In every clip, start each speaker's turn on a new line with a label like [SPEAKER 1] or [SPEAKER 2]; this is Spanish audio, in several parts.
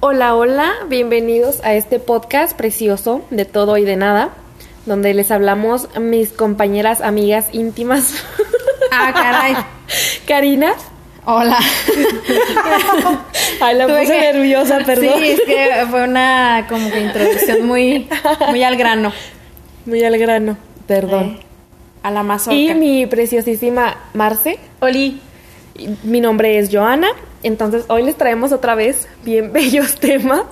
[SPEAKER 1] Hola, hola, bienvenidos a este podcast precioso de todo y de nada, donde les hablamos mis compañeras, amigas íntimas.
[SPEAKER 2] Ah, caray.
[SPEAKER 1] Karina.
[SPEAKER 2] Hola.
[SPEAKER 1] Ay, la
[SPEAKER 2] Tuve
[SPEAKER 1] puse
[SPEAKER 2] que-
[SPEAKER 1] nerviosa, perdón.
[SPEAKER 2] Sí, es que fue una como que introducción muy, muy al grano.
[SPEAKER 1] Muy al grano, perdón.
[SPEAKER 2] Eh, a la mazorca.
[SPEAKER 1] Y mi preciosísima Marce.
[SPEAKER 2] Oli.
[SPEAKER 1] Y Mi nombre es Joana, entonces hoy les traemos otra vez bien bellos temas.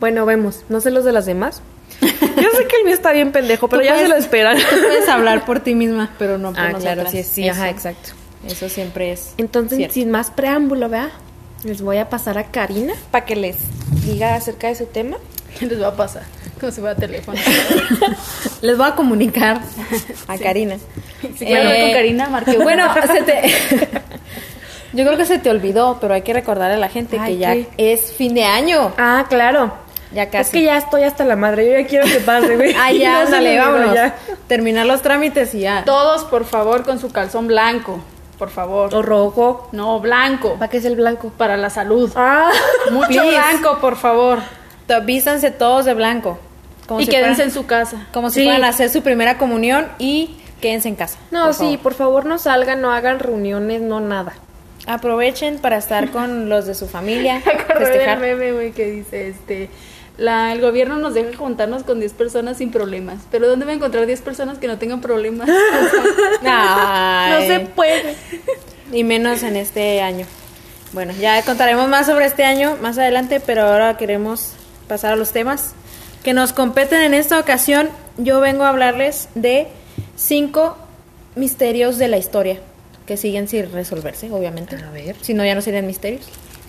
[SPEAKER 1] Bueno, vemos, no sé los de las demás. Yo sé que el mío está bien pendejo, pero
[SPEAKER 2] Tú
[SPEAKER 1] ya
[SPEAKER 2] puedes-
[SPEAKER 1] se lo esperan.
[SPEAKER 2] Tú pues, puedes hablar por ti misma, pero no por
[SPEAKER 1] ah,
[SPEAKER 2] nosotras.
[SPEAKER 1] claro, sí, sí,
[SPEAKER 2] Eso-
[SPEAKER 1] ajá, exacto.
[SPEAKER 2] Eso siempre es
[SPEAKER 1] Entonces,
[SPEAKER 2] cierto.
[SPEAKER 1] sin más preámbulo, vea, les voy a pasar a Karina para que les diga acerca de su tema.
[SPEAKER 3] Les va a pasar, como si fuera teléfono.
[SPEAKER 2] Les voy a comunicar a Karina. Eh,
[SPEAKER 3] bueno, con Karina marqué uno.
[SPEAKER 2] Bueno, se te... Yo creo que se te olvidó, pero hay que recordar a la gente
[SPEAKER 1] Ay,
[SPEAKER 2] que ya
[SPEAKER 1] ¿qué?
[SPEAKER 2] es fin de año.
[SPEAKER 1] Ah, claro.
[SPEAKER 2] Ya casi.
[SPEAKER 1] Es que ya estoy hasta la madre, yo ya quiero que pase, güey.
[SPEAKER 2] Ah, ya,
[SPEAKER 1] se me
[SPEAKER 2] ándale,
[SPEAKER 1] olvidó,
[SPEAKER 2] vámonos.
[SPEAKER 1] ya.
[SPEAKER 2] Terminar los trámites y ya.
[SPEAKER 3] Todos, por favor, con su calzón blanco. Por favor.
[SPEAKER 1] O rojo.
[SPEAKER 3] No, blanco.
[SPEAKER 1] ¿Para qué es el blanco?
[SPEAKER 3] Para la salud.
[SPEAKER 1] Ah.
[SPEAKER 3] Mucho
[SPEAKER 2] please.
[SPEAKER 3] blanco, por favor.
[SPEAKER 2] To- Vístanse todos de blanco. Como
[SPEAKER 3] Y
[SPEAKER 2] si
[SPEAKER 3] quédense
[SPEAKER 2] fueran-
[SPEAKER 3] en su casa.
[SPEAKER 2] Como si
[SPEAKER 1] Sí.
[SPEAKER 2] fueran a hacer su primera comunión y quédense en casa.
[SPEAKER 1] No,
[SPEAKER 2] por
[SPEAKER 1] sí,
[SPEAKER 2] favor.
[SPEAKER 1] por favor no salgan, no hagan reuniones, no nada.
[SPEAKER 2] Aprovechen para estar con los de su familia.
[SPEAKER 3] Me acordé del
[SPEAKER 2] festejar.
[SPEAKER 3] meme, güey, que dice, este, la, el gobierno nos deja juntarnos con 10 personas sin problemas, pero ¿dónde voy a encontrar 10 personas que no tengan problemas? O sea,
[SPEAKER 2] Ay,
[SPEAKER 3] no se puede.
[SPEAKER 2] Y menos en este año. Bueno, ya contaremos más sobre este año más adelante, pero ahora queremos pasar a los temas que nos competen en esta ocasión. Yo vengo a hablarles de cinco misterios de la historia que siguen sin resolverse, obviamente.
[SPEAKER 1] A ver.
[SPEAKER 2] Si no, ya no serían misterios.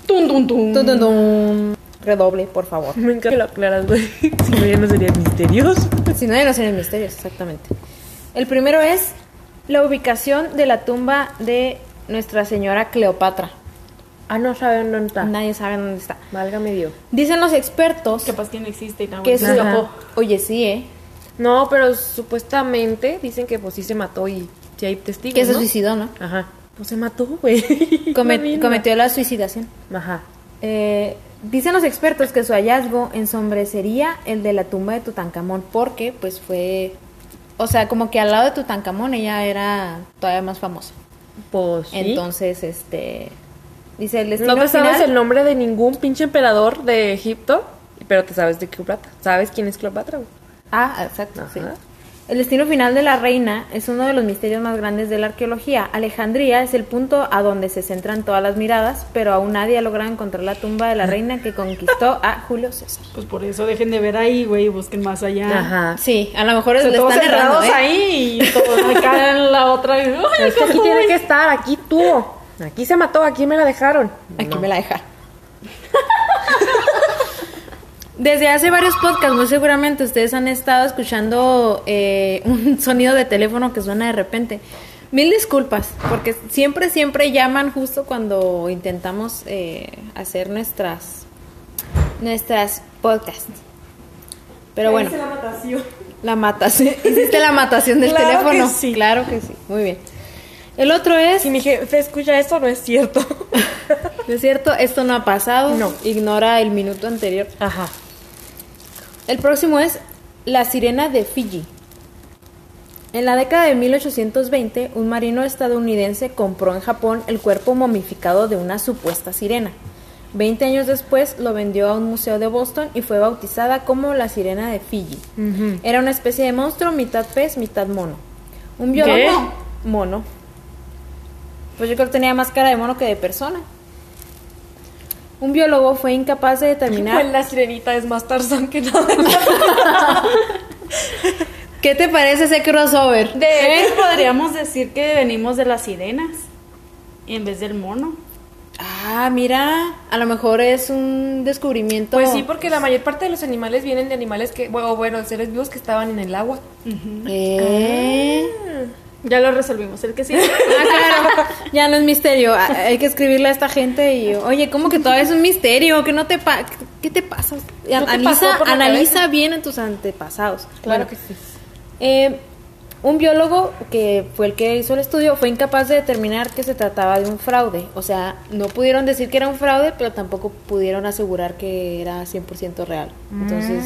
[SPEAKER 3] Tum, tum, tum.
[SPEAKER 2] Dun, dun,
[SPEAKER 3] Mm.
[SPEAKER 2] dun. Redoble, por favor.
[SPEAKER 1] Me encanta que lo aclaras, güey. Si no, ya no sería misterios.
[SPEAKER 2] Si no, ya no serían misterios, exactamente. El primero es la ubicación de la tumba de Nuestra Señora Cleopatra.
[SPEAKER 1] Ah, no saben dónde está.
[SPEAKER 2] Nadie sabe dónde está.
[SPEAKER 1] Válgame Dios.
[SPEAKER 2] Dicen los expertos
[SPEAKER 3] Capaz que no existe y nada
[SPEAKER 2] que
[SPEAKER 3] más.
[SPEAKER 2] se
[SPEAKER 1] Ajá.
[SPEAKER 2] escapó. Oye, sí, ¿eh?
[SPEAKER 1] No, pero supuestamente dicen que pues sí se mató y si hay testigos,
[SPEAKER 2] Que se
[SPEAKER 1] ¿no?
[SPEAKER 2] suicidó, ¿no?
[SPEAKER 1] Ajá. Pues se mató, güey.
[SPEAKER 2] Comet-
[SPEAKER 1] La misma.
[SPEAKER 2] cometió la suicidación.
[SPEAKER 1] Ajá.
[SPEAKER 2] Eh, dicen los expertos que su hallazgo ensombrecería el de la tumba de Tutankamón porque, pues, fue... O sea, como que al lado de Tutankamón ella era todavía más famosa.
[SPEAKER 1] Pues sí.
[SPEAKER 2] Entonces, este... Dice el destino
[SPEAKER 1] No te sabes
[SPEAKER 2] final-
[SPEAKER 1] el nombre de ningún pinche emperador de Egipto, pero te sabes de Cleopatra. ¿Sabes quién es Cleopatra? güey?
[SPEAKER 2] Ah, exacto.
[SPEAKER 1] Ajá.
[SPEAKER 2] sí. El destino final de la reina es uno de los misterios más grandes de la arqueología. Alejandría es el punto a donde se centran todas las miradas, pero aún nadie ha logrado encontrar la tumba de la reina que conquistó a Julio César.
[SPEAKER 3] Pues por eso dejen de ver ahí, güey, y busquen más allá.
[SPEAKER 1] Ajá.
[SPEAKER 2] Ah, Sí, a lo mejor
[SPEAKER 3] O sea,
[SPEAKER 2] le
[SPEAKER 3] todos
[SPEAKER 2] están errando,
[SPEAKER 3] cerrados
[SPEAKER 2] ¿eh?
[SPEAKER 3] ahí y todos acá en la otra. y, "Ay,
[SPEAKER 1] Es que aquí
[SPEAKER 3] ¿cómo
[SPEAKER 1] tiene
[SPEAKER 3] ves?".
[SPEAKER 1] que estar, aquí tuvo. Aquí se mató, aquí me la dejaron.
[SPEAKER 2] Aquí
[SPEAKER 1] No.
[SPEAKER 2] me la deja. Desde hace varios podcasts, muy seguramente ustedes han estado escuchando eh, un sonido de teléfono que suena de repente. Mil disculpas, porque siempre, siempre llaman justo cuando intentamos eh, hacer nuestras, nuestras podcasts. Pero bueno. La matación. Hiciste la matación del
[SPEAKER 1] Claro que
[SPEAKER 2] teléfono.
[SPEAKER 1] sí.
[SPEAKER 2] Claro que sí. Muy bien. El otro es...
[SPEAKER 1] Si mi jefe escucha eso, no es cierto.
[SPEAKER 2] ¿No es cierto? Esto no ha pasado.
[SPEAKER 1] No.
[SPEAKER 2] Ignora el minuto anterior.
[SPEAKER 1] Ajá.
[SPEAKER 2] El próximo es La sirena de Fiji. En la década de 1820, un marino estadounidense compró en Japón el cuerpo momificado de una supuesta sirena. Veinte años después lo vendió a un museo de Boston y fue bautizada como la sirena de Fiji.
[SPEAKER 1] Ujú.
[SPEAKER 2] Era una especie de monstruo, mitad pez, mitad mono. Un
[SPEAKER 1] ¿Qué?
[SPEAKER 2] biólogo mono. Pues yo creo que tenía más cara de mono que de persona. Un biólogo fue incapaz de determinar.
[SPEAKER 1] la sirenita es más Tarzán que nada.
[SPEAKER 2] ¿Qué te parece ese crossover?
[SPEAKER 3] De
[SPEAKER 1] ¿Eh?
[SPEAKER 3] hecho, podríamos decir que venimos de las sirenas en vez del mono.
[SPEAKER 2] Ah, mira, a lo mejor es un descubrimiento.
[SPEAKER 1] Pues sí, porque la mayor parte de los animales vienen de animales que, bueno, bueno, de seres vivos que estaban en el agua.
[SPEAKER 2] ¿Eh?
[SPEAKER 3] Ya lo resolvimos. El que sí.
[SPEAKER 2] Ah, claro. Ya no es misterio. Ah, Hay que escribirle a esta gente y, oye, ¿cómo que todavía es un misterio? ¿Qué no te pa- ¿Qué te pasa?
[SPEAKER 1] pasó
[SPEAKER 2] Analiza,
[SPEAKER 1] por la
[SPEAKER 2] analiza bien a tus antepasados.
[SPEAKER 1] Claro
[SPEAKER 2] Bueno,
[SPEAKER 1] que sí.
[SPEAKER 2] Eh, Un biólogo que fue el que hizo el estudio fue incapaz de determinar que se trataba de un fraude. O sea, no pudieron decir que era un fraude, pero tampoco pudieron asegurar que era 100% real.
[SPEAKER 1] Mm.
[SPEAKER 2] Entonces,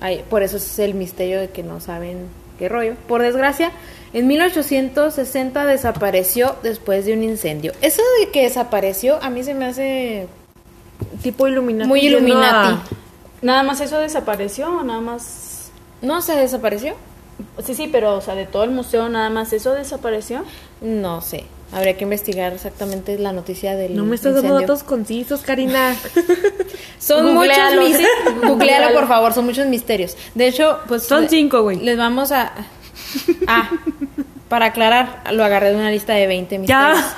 [SPEAKER 2] ahí- por eso es el misterio de que no saben qué rollo. Por desgracia, en 1860 desapareció después de un incendio. Eso de que desapareció a mí se me hace
[SPEAKER 1] Tipo Illuminati.
[SPEAKER 2] muy
[SPEAKER 1] yendo
[SPEAKER 2] Illuminati.
[SPEAKER 1] a-
[SPEAKER 3] Nada más eso desapareció, o nada más.
[SPEAKER 2] ¿No se desapareció?
[SPEAKER 3] Sí, sí, pero, o sea, de todo el museo, nada más eso desapareció.
[SPEAKER 2] No sé. Habría que investigar exactamente la noticia del
[SPEAKER 1] No me estás dando
[SPEAKER 2] incendio.
[SPEAKER 1] datos concisos, Karina.
[SPEAKER 2] Son
[SPEAKER 3] Googlealo.
[SPEAKER 2] muchos misterios. Googlealo,
[SPEAKER 3] Googlealo.
[SPEAKER 2] por favor, son muchos misterios. De hecho, pues.
[SPEAKER 1] Son
[SPEAKER 2] le-
[SPEAKER 1] cinco, güey.
[SPEAKER 2] Les vamos a. Ah, para aclarar, lo agarré de una lista de 20
[SPEAKER 1] Ya.
[SPEAKER 2] misterios.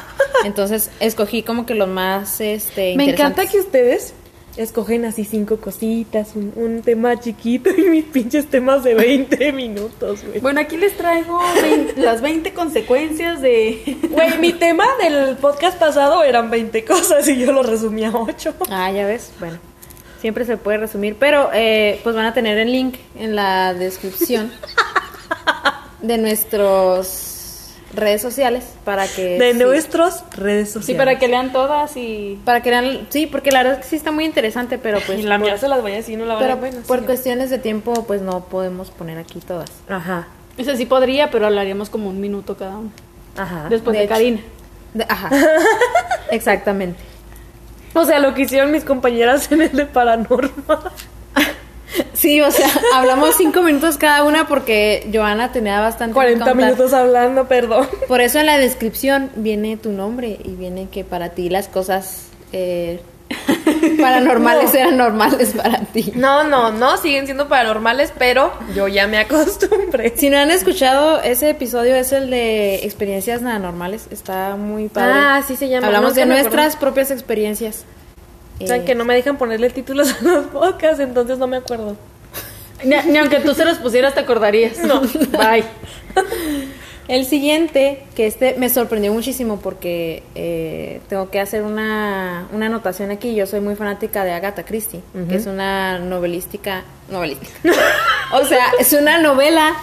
[SPEAKER 2] Entonces, escogí como que los más este,
[SPEAKER 1] me encanta
[SPEAKER 2] interesantes.
[SPEAKER 1] que ustedes escogen así cinco cositas, un, un tema chiquito y mis pinches temas de 20 minutos, güey.
[SPEAKER 3] Bueno, aquí les traigo vein- las 20 consecuencias de.
[SPEAKER 1] Güey, mi tema del podcast pasado eran 20 cosas y yo lo resumí a 8.
[SPEAKER 2] Ah, ya ves. Bueno, siempre se puede resumir. Pero, eh, pues van a tener el link en la descripción de nuestras redes sociales para que.
[SPEAKER 1] De
[SPEAKER 2] sí-
[SPEAKER 1] nuestras redes sociales.
[SPEAKER 3] Sí, para que lean todas y.
[SPEAKER 2] Para que lean- Sí, porque la verdad es que sí está muy interesante, pero pues.
[SPEAKER 1] Y la
[SPEAKER 2] por-
[SPEAKER 1] mía se las voy a decir, no la van a
[SPEAKER 2] Pero
[SPEAKER 1] bueno,
[SPEAKER 2] por
[SPEAKER 1] sí.
[SPEAKER 2] cuestiones de tiempo, pues no podemos poner aquí todas.
[SPEAKER 1] Ajá,
[SPEAKER 3] O sea, sí podría, pero hablaríamos como un minuto cada uno.
[SPEAKER 1] ajá.
[SPEAKER 3] Después
[SPEAKER 2] de
[SPEAKER 3] de,
[SPEAKER 2] hecho.
[SPEAKER 3] Karina.
[SPEAKER 2] De- ajá. Exactamente.
[SPEAKER 1] O sea, lo que hicieron mis compañeras en el de Paranormal.
[SPEAKER 2] Sí, o sea, hablamos cinco minutos cada una porque Joana tenía bastante. que
[SPEAKER 1] 40
[SPEAKER 2] contar.
[SPEAKER 1] minutos hablando, perdón.
[SPEAKER 2] Por eso en la descripción viene tu nombre y viene que para ti las cosas eh, paranormales
[SPEAKER 1] No.
[SPEAKER 2] eran normales para ti.
[SPEAKER 1] No, no, no, siguen siendo paranormales, pero yo ya me acostumbré.
[SPEAKER 2] Si no han escuchado ese episodio, es el de experiencias paranormales. Está muy padre.
[SPEAKER 1] Ah, sí se llama. No, es
[SPEAKER 2] Hablamos
[SPEAKER 1] que
[SPEAKER 2] de
[SPEAKER 1] me
[SPEAKER 2] nuestras propias experiencias.
[SPEAKER 1] O sea,
[SPEAKER 2] Eh,
[SPEAKER 1] que no me dejan ponerle títulos a los podcasts, entonces no me acuerdo.
[SPEAKER 3] Ni, ni aunque tú se los pusieras, te acordarías. No. Bye.
[SPEAKER 2] El siguiente, que este me sorprendió muchísimo porque eh, tengo que hacer una, una anotación aquí. Yo soy muy fanática de Agatha Christie, que es una novelística. Novelística. o sea, es una novela.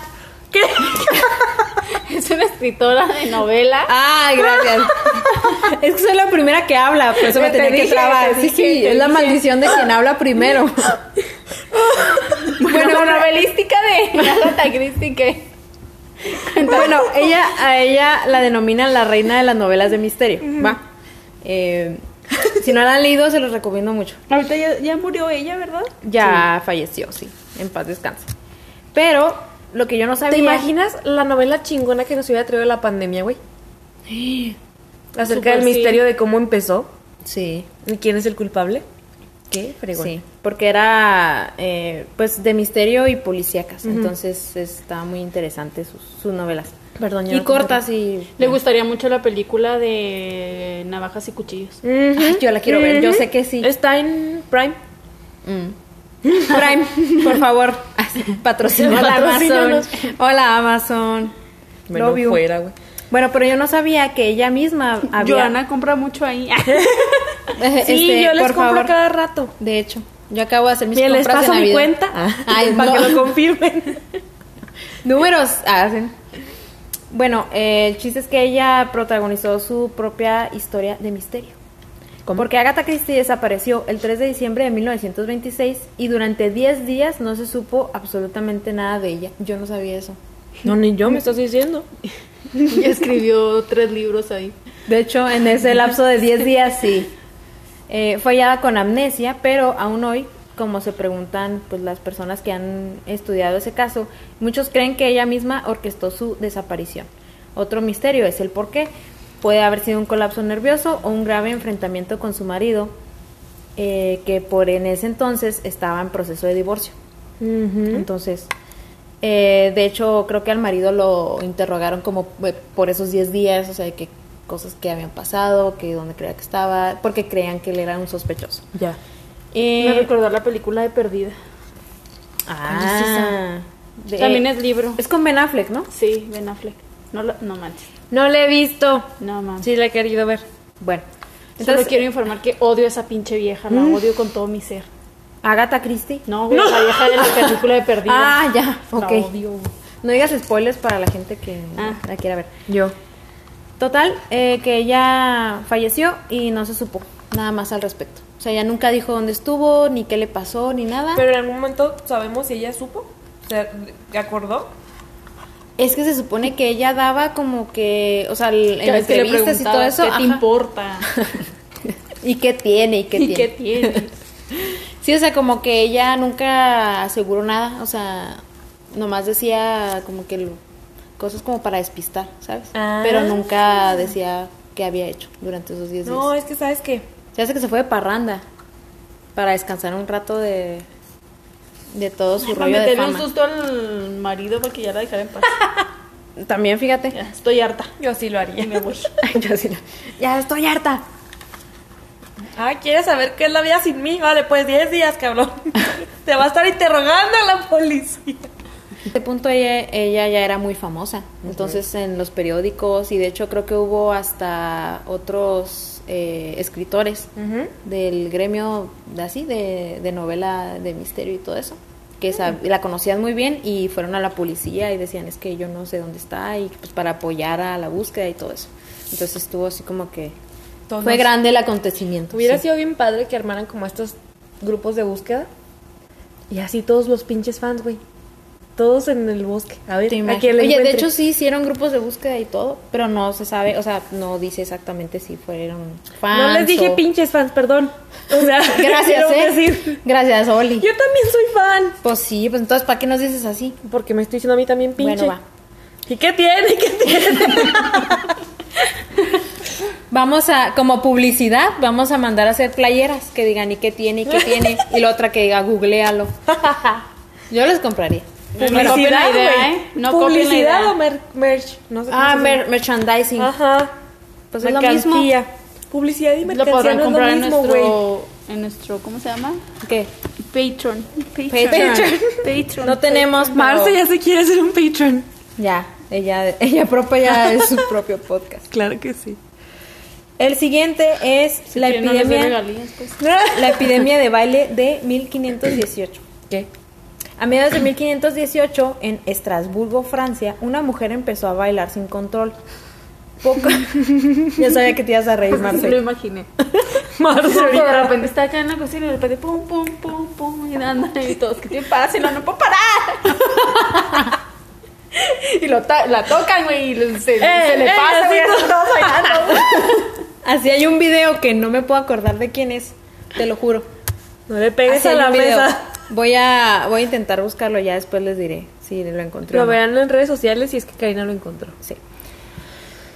[SPEAKER 3] Es una escritora de novela.
[SPEAKER 2] ¡Ay, gracias! es que soy la primera que habla, por eso me
[SPEAKER 1] Te
[SPEAKER 2] tenía que
[SPEAKER 1] dije,
[SPEAKER 2] trabar.
[SPEAKER 1] te
[SPEAKER 2] Sí,
[SPEAKER 1] dije,
[SPEAKER 2] sí,
[SPEAKER 1] te
[SPEAKER 2] es la
[SPEAKER 1] dije.
[SPEAKER 2] maldición de quien habla primero.
[SPEAKER 3] bueno, novelística de Agatha Christie que
[SPEAKER 2] Bueno, ella, a ella la denominan la reina de las novelas de misterio. Va. Eh, si no la han leído, se los recomiendo mucho.
[SPEAKER 3] ahorita ya, ya murió ella, ¿verdad?
[SPEAKER 2] Ya falleció, sí. En paz descanse. Pero lo que yo no sabía.
[SPEAKER 1] ¿Te imaginas la novela chingona que nos hubiera traído la pandemia, güey? Acerca
[SPEAKER 3] Súper
[SPEAKER 1] del
[SPEAKER 3] sí.
[SPEAKER 1] misterio de cómo empezó
[SPEAKER 2] Sí.
[SPEAKER 1] y quién es el culpable. ¿Qué? Fregón.
[SPEAKER 2] Sí, porque era eh, pues de misterio y policíacas, entonces está muy interesante sus, sus novelas.
[SPEAKER 1] Perdón, ya
[SPEAKER 2] Y
[SPEAKER 1] no
[SPEAKER 2] cortas y...
[SPEAKER 3] Le gustaría mucho la película de Navajas y Cuchillos.
[SPEAKER 1] Ujú.
[SPEAKER 2] Ay, yo la quiero ver, yo sé que sí.
[SPEAKER 1] Está en Prime.
[SPEAKER 2] Mm. Prime, por favor, patrocina Amazon.
[SPEAKER 1] Patrocínanos.
[SPEAKER 2] Hola Amazon.
[SPEAKER 1] Bueno,
[SPEAKER 2] Love you.
[SPEAKER 1] fuera, güey.
[SPEAKER 2] Bueno, pero yo no sabía que ella misma había...
[SPEAKER 3] Joana compra mucho ahí.
[SPEAKER 2] Eh,
[SPEAKER 1] sí,
[SPEAKER 2] este,
[SPEAKER 1] yo les
[SPEAKER 2] por
[SPEAKER 1] compro
[SPEAKER 2] favor.
[SPEAKER 1] cada rato.
[SPEAKER 2] De hecho, yo acabo de hacer mis
[SPEAKER 1] Bien, les
[SPEAKER 2] compras
[SPEAKER 1] paso
[SPEAKER 2] de
[SPEAKER 1] mi
[SPEAKER 2] Navidad. Ah.
[SPEAKER 1] cuenta
[SPEAKER 2] Ay,
[SPEAKER 1] para
[SPEAKER 2] no.
[SPEAKER 1] que lo confirmen.
[SPEAKER 2] Números hacen. Bueno, eh, el chiste es que ella protagonizó su propia historia de misterio. Porque Agatha Christie desapareció el 3 de diciembre de 1926 y durante 10 días no se supo absolutamente nada de ella. Yo no sabía eso.
[SPEAKER 1] No, ni yo me estás diciendo.
[SPEAKER 3] y escribió tres libros ahí.
[SPEAKER 2] De hecho, en ese lapso de 10 días sí. Eh, fue hallada con amnesia, pero aún hoy, como se preguntan pues las personas que han estudiado ese caso, muchos creen que ella misma orquestó su desaparición. Otro misterio es el por qué. Puede haber sido un colapso nervioso o un grave enfrentamiento con su marido, eh, que por en ese entonces estaba en proceso de divorcio. Entonces, eh, de hecho, creo que al marido lo interrogaron como eh, por esos 10 días, o sea, de que cosas que habían pasado, que dónde creía que estaba, porque creían que él era un sospechoso.
[SPEAKER 1] Ya.
[SPEAKER 2] Eh,
[SPEAKER 3] Me recordó la película de Perdida.
[SPEAKER 2] ah, de-
[SPEAKER 3] También es libro.
[SPEAKER 2] es con Ben Affleck, ¿no?
[SPEAKER 3] Sí, Ben Affleck. No, lo- no manches.
[SPEAKER 1] No la he visto.
[SPEAKER 3] No manches.
[SPEAKER 1] Sí, la he querido ver.
[SPEAKER 2] Bueno,
[SPEAKER 3] Solo
[SPEAKER 2] entonces,
[SPEAKER 3] quiero informar que odio a esa pinche vieja. La odio con todo mi ser.
[SPEAKER 2] Agatha Christie.
[SPEAKER 3] No, güey, la vieja de la película de Perdida.
[SPEAKER 2] Ah, ya, ok.
[SPEAKER 3] La odio.
[SPEAKER 2] No digas spoilers para la gente que
[SPEAKER 3] Ah.
[SPEAKER 2] la quiera ver.
[SPEAKER 1] Yo.
[SPEAKER 2] Total, eh, que ella falleció y no se supo nada más al respecto. O sea, ella nunca dijo dónde estuvo, ni qué le pasó, ni nada.
[SPEAKER 1] Pero en algún momento sabemos si ella supo. O sea, ¿acordó?
[SPEAKER 2] es que se supone que ella daba como que, o sea, el- en
[SPEAKER 3] Cada vez que le
[SPEAKER 2] entrevistas y todo
[SPEAKER 3] preguntaba,
[SPEAKER 2] eso.
[SPEAKER 3] ¿Qué te
[SPEAKER 2] ajá.
[SPEAKER 3] importa?
[SPEAKER 2] ¿Y qué tiene? ¿Y qué
[SPEAKER 3] ¿Y
[SPEAKER 2] tiene?
[SPEAKER 3] qué tiene?
[SPEAKER 2] Sí, o sea, como que ella nunca aseguró nada, o sea, nomás decía como que lo- cosas como para despistar, ¿sabes?
[SPEAKER 1] Ah.
[SPEAKER 2] Pero nunca decía qué había hecho durante esos 10
[SPEAKER 1] No,
[SPEAKER 2] días.
[SPEAKER 1] es que sabes qué.
[SPEAKER 2] Se hace que se fue de parranda para descansar un rato de, de todo su
[SPEAKER 3] Para
[SPEAKER 2] rollo de
[SPEAKER 3] meterle un
[SPEAKER 2] fama.
[SPEAKER 3] susto al marido para que ya la dejara en paz.
[SPEAKER 2] También, fíjate.
[SPEAKER 3] Ya, estoy harta.
[SPEAKER 1] Yo sí lo haría.
[SPEAKER 3] Y me voy.
[SPEAKER 2] Yo sí la- ya estoy harta.
[SPEAKER 1] Ah, ¿quieres saber qué es la vida sin mí? Vale, pues 10 días, cabrón. Te va a estar interrogando la policía.
[SPEAKER 2] A este punto ella, ella ya era muy famosa, entonces en los periódicos y de hecho creo que hubo hasta otros eh, escritores del gremio de así, de, de novela de misterio y todo eso, que sab- la conocían muy bien y fueron a la policía y decían es que yo no sé dónde está y pues para apoyar a la búsqueda y todo eso. Entonces estuvo así como que
[SPEAKER 1] Todos
[SPEAKER 2] fue
[SPEAKER 1] nos-
[SPEAKER 2] grande el acontecimiento.
[SPEAKER 1] Hubiera
[SPEAKER 2] sí.
[SPEAKER 1] sido bien padre que armaran como estos grupos de búsqueda. Y así todos los pinches fans, güey. Todos en el bosque. A ver,
[SPEAKER 2] Te
[SPEAKER 1] a
[SPEAKER 2] imag-
[SPEAKER 1] quién le
[SPEAKER 2] Oye, de
[SPEAKER 1] encuentre.
[SPEAKER 2] hecho sí hicieron grupos de búsqueda y todo, pero no se sabe, o sea, no dice exactamente si fueron fans.
[SPEAKER 1] No les dije
[SPEAKER 2] o-
[SPEAKER 1] pinches fans, perdón. O sea,
[SPEAKER 2] Gracias,
[SPEAKER 1] quiero
[SPEAKER 2] eh.
[SPEAKER 1] decir,
[SPEAKER 2] Gracias, Oli.
[SPEAKER 1] Yo también soy fan.
[SPEAKER 2] Pues sí, pues entonces ¿para qué nos dices así?
[SPEAKER 1] Porque me estoy diciendo a mí también pinche.
[SPEAKER 2] Bueno, va.
[SPEAKER 1] ¿Y qué tiene? ¿Qué tiene?
[SPEAKER 2] Vamos a como publicidad, vamos a mandar a hacer playeras que digan y qué tiene y qué tiene y la otra que diga googlealo. Yo les compraría.
[SPEAKER 3] No copien la idea,
[SPEAKER 1] güey.
[SPEAKER 3] ¿eh? No copien la
[SPEAKER 1] Publicidad
[SPEAKER 3] idea.
[SPEAKER 1] o mer- merch. No sé cómo
[SPEAKER 2] Ah,
[SPEAKER 1] se
[SPEAKER 2] mer-
[SPEAKER 1] llama.
[SPEAKER 2] merchandising.
[SPEAKER 1] Ajá.
[SPEAKER 2] Pues es lo mismo.
[SPEAKER 1] mercancía. Publicidad y
[SPEAKER 3] Lo
[SPEAKER 1] mercancía
[SPEAKER 3] podrán
[SPEAKER 1] no es
[SPEAKER 3] comprar
[SPEAKER 1] lo
[SPEAKER 3] en
[SPEAKER 1] mismo, güey.
[SPEAKER 3] nuestro, en nuestro, ¿cómo se llama?
[SPEAKER 2] ¿Qué?
[SPEAKER 3] Patreon.
[SPEAKER 2] Patreon.
[SPEAKER 3] Patreon.
[SPEAKER 2] No tenemos pero-
[SPEAKER 1] Marce ya se quiere ser un patron.
[SPEAKER 2] Ya, ella ella propia es su propio podcast.
[SPEAKER 1] Claro que sí.
[SPEAKER 2] El siguiente es la
[SPEAKER 3] Que no les dé
[SPEAKER 2] epidemia
[SPEAKER 3] regalías, pues.
[SPEAKER 2] la epidemia de baile de 1518.
[SPEAKER 1] ¿Qué?
[SPEAKER 2] A mediados de 1518, en Estrasburgo, Francia, una mujer empezó a bailar sin control. Poco. ya sabía que te ibas a reír,
[SPEAKER 3] Sí lo
[SPEAKER 2] Marcel.
[SPEAKER 3] imaginé.
[SPEAKER 1] Marce
[SPEAKER 3] Como
[SPEAKER 1] ahorita.
[SPEAKER 3] de repente está acá en la cocina y de repente pum, pum, pum, pum, y anda y todos, ¿qué te pasa? Y no, no puedo parar. y lo ta- la tocan, güey, y le- se, se le
[SPEAKER 1] eh,
[SPEAKER 3] pasa,
[SPEAKER 1] así
[SPEAKER 3] güey, así todos bailando.
[SPEAKER 2] Así hay un video que no me puedo acordar de quién es, te lo juro.
[SPEAKER 1] No le pegues
[SPEAKER 2] Así
[SPEAKER 1] a
[SPEAKER 2] hay
[SPEAKER 1] la
[SPEAKER 2] un video.
[SPEAKER 1] mesa.
[SPEAKER 2] Voy a, voy a intentar buscarlo, ya después les diré si lo encontré. o
[SPEAKER 1] Lo
[SPEAKER 2] no.
[SPEAKER 1] verán en redes sociales y es que Karina lo encontró.
[SPEAKER 2] Sí.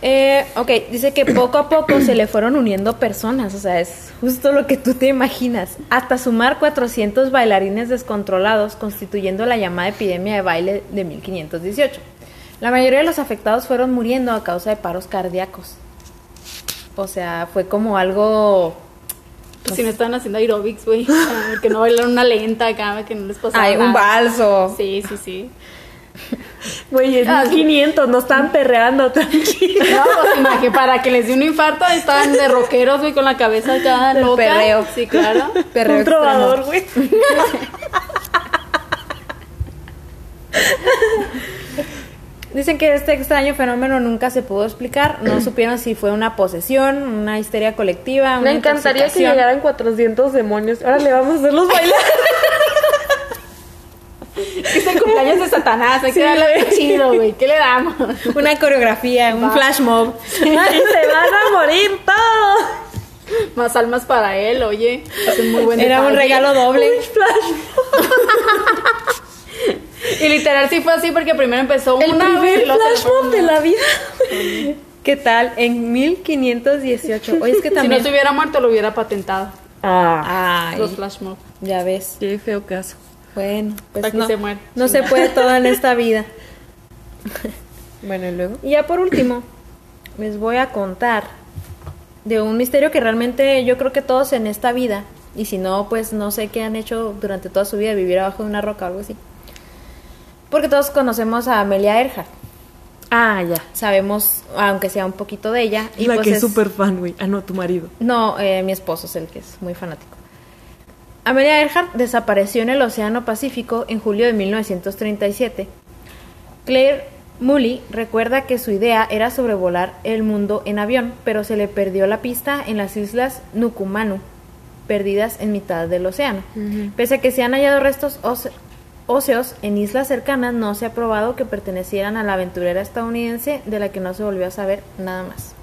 [SPEAKER 2] Eh, ok, dice que poco a poco se le fueron uniendo personas, o sea, es justo lo que tú te imaginas, hasta sumar 400 bailarines descontrolados, constituyendo la llamada epidemia de baile de 1518. La mayoría de los afectados fueron muriendo a causa de paros cardíacos. O sea, fue como algo...
[SPEAKER 3] Pues si no estaban haciendo aerobics, güey, ah, que no bailaron una lenta acá, que no les pasaba
[SPEAKER 2] Ay, un
[SPEAKER 3] nada.
[SPEAKER 2] balso.
[SPEAKER 3] Sí, sí, sí.
[SPEAKER 1] Güey, es 1500, no estaban perreando, tranquilo.
[SPEAKER 3] No, pues imagínate, para que les dé un infarto estaban de rockeros, güey, con la cabeza acá
[SPEAKER 2] Del
[SPEAKER 3] loca.
[SPEAKER 2] perreo.
[SPEAKER 3] Sí, claro.
[SPEAKER 2] Perreo
[SPEAKER 1] un
[SPEAKER 2] extremo.
[SPEAKER 1] trovador, güey.
[SPEAKER 2] Dicen que este extraño fenómeno nunca se pudo explicar. No supieron si fue una posesión, una histeria colectiva.
[SPEAKER 1] Me
[SPEAKER 2] Una
[SPEAKER 1] encantaría que
[SPEAKER 2] intoxicación.
[SPEAKER 1] llegaran 400 demonios. Ahora le vamos a hacer los bailes.
[SPEAKER 3] Es el cumpleaños de Satanás, hay que darle algo chido, güey. ¿Qué le damos?
[SPEAKER 2] Una coreografía, un
[SPEAKER 3] Va.
[SPEAKER 2] flash mob.
[SPEAKER 1] y se van a morir todos.
[SPEAKER 3] Más almas para él, oye. Es un muy buen
[SPEAKER 2] Era un
[SPEAKER 3] detalle.
[SPEAKER 2] regalo doble.
[SPEAKER 1] Un flash.
[SPEAKER 3] Y literal sí fue así porque primero empezó
[SPEAKER 1] El
[SPEAKER 3] una güey,
[SPEAKER 1] primer
[SPEAKER 3] y luego se
[SPEAKER 1] flash
[SPEAKER 3] fue
[SPEAKER 1] mob de
[SPEAKER 3] una.
[SPEAKER 1] la vida.
[SPEAKER 2] ¿Qué tal? En 1518. Oye, es que
[SPEAKER 3] Si no
[SPEAKER 2] también.
[SPEAKER 3] se hubiera muerto, lo hubiera patentado.
[SPEAKER 1] Ah,
[SPEAKER 2] Ay,
[SPEAKER 3] Los flash mob.
[SPEAKER 2] ya ves.
[SPEAKER 1] qué feo caso.
[SPEAKER 2] Bueno,
[SPEAKER 3] Para
[SPEAKER 2] pues
[SPEAKER 3] que
[SPEAKER 2] no,
[SPEAKER 3] se muera.
[SPEAKER 2] no se puede todo en esta vida.
[SPEAKER 1] Bueno, y luego.
[SPEAKER 2] Y ya por último, les voy a contar de un misterio que realmente yo creo que todos en esta vida, y si no, pues no sé qué han hecho durante toda su vida, vivir abajo de una roca o algo así. Porque todos conocemos a Amelia Earhart.
[SPEAKER 1] Ah, ya.
[SPEAKER 2] Sabemos, aunque sea un poquito de ella.
[SPEAKER 1] Y la
[SPEAKER 2] pues
[SPEAKER 1] que es súper fan, güey. Ah, no, tu marido.
[SPEAKER 2] No, eh, mi esposo es el que es muy fanático. Amelia Earhart desapareció en el Océano Pacífico en julio de 1937. Claire Mully recuerda que su idea era sobrevolar el mundo en avión, pero se le perdió la pista en las islas Nucumanu, perdidas en mitad del océano.
[SPEAKER 1] Ujú.
[SPEAKER 2] Pese a que se han hallado restos óse- óseos en islas cercanas, no se ha probado que pertenecieran a la aventurera estadounidense de la que no se volvió a saber nada más.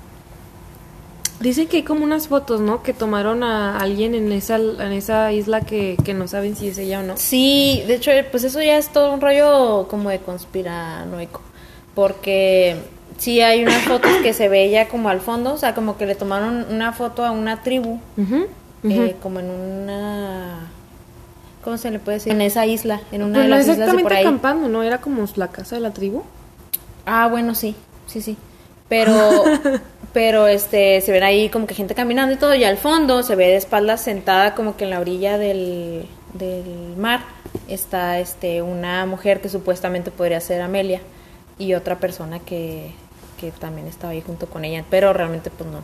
[SPEAKER 1] Dicen que hay como unas fotos, ¿no? Que tomaron a alguien en esa, en esa isla que, que no saben si es ella o no.
[SPEAKER 2] Sí, de hecho, eh, pues eso ya es todo un rollo como de conspiranoico, porque sí hay unas fotos que se ve ya como al fondo, o sea, como que le tomaron una foto a una tribu,
[SPEAKER 1] Ujú, ujú.
[SPEAKER 2] eh, como en una... ¿Cómo se le puede decir? En esa isla, en una
[SPEAKER 1] Pero
[SPEAKER 2] de
[SPEAKER 1] Pues no
[SPEAKER 2] las islas de por
[SPEAKER 1] exactamente
[SPEAKER 2] ahí.
[SPEAKER 1] acampando, ¿no? Era como la casa de la tribu.
[SPEAKER 2] Ah, bueno, sí, sí, sí. Pero, pero este, se ven ahí como que gente caminando y todo, y al fondo se ve de espaldas sentada como que en la orilla del, del mar está este una mujer que supuestamente podría ser Amelia y otra persona que, que también estaba ahí junto con ella, pero realmente pues no.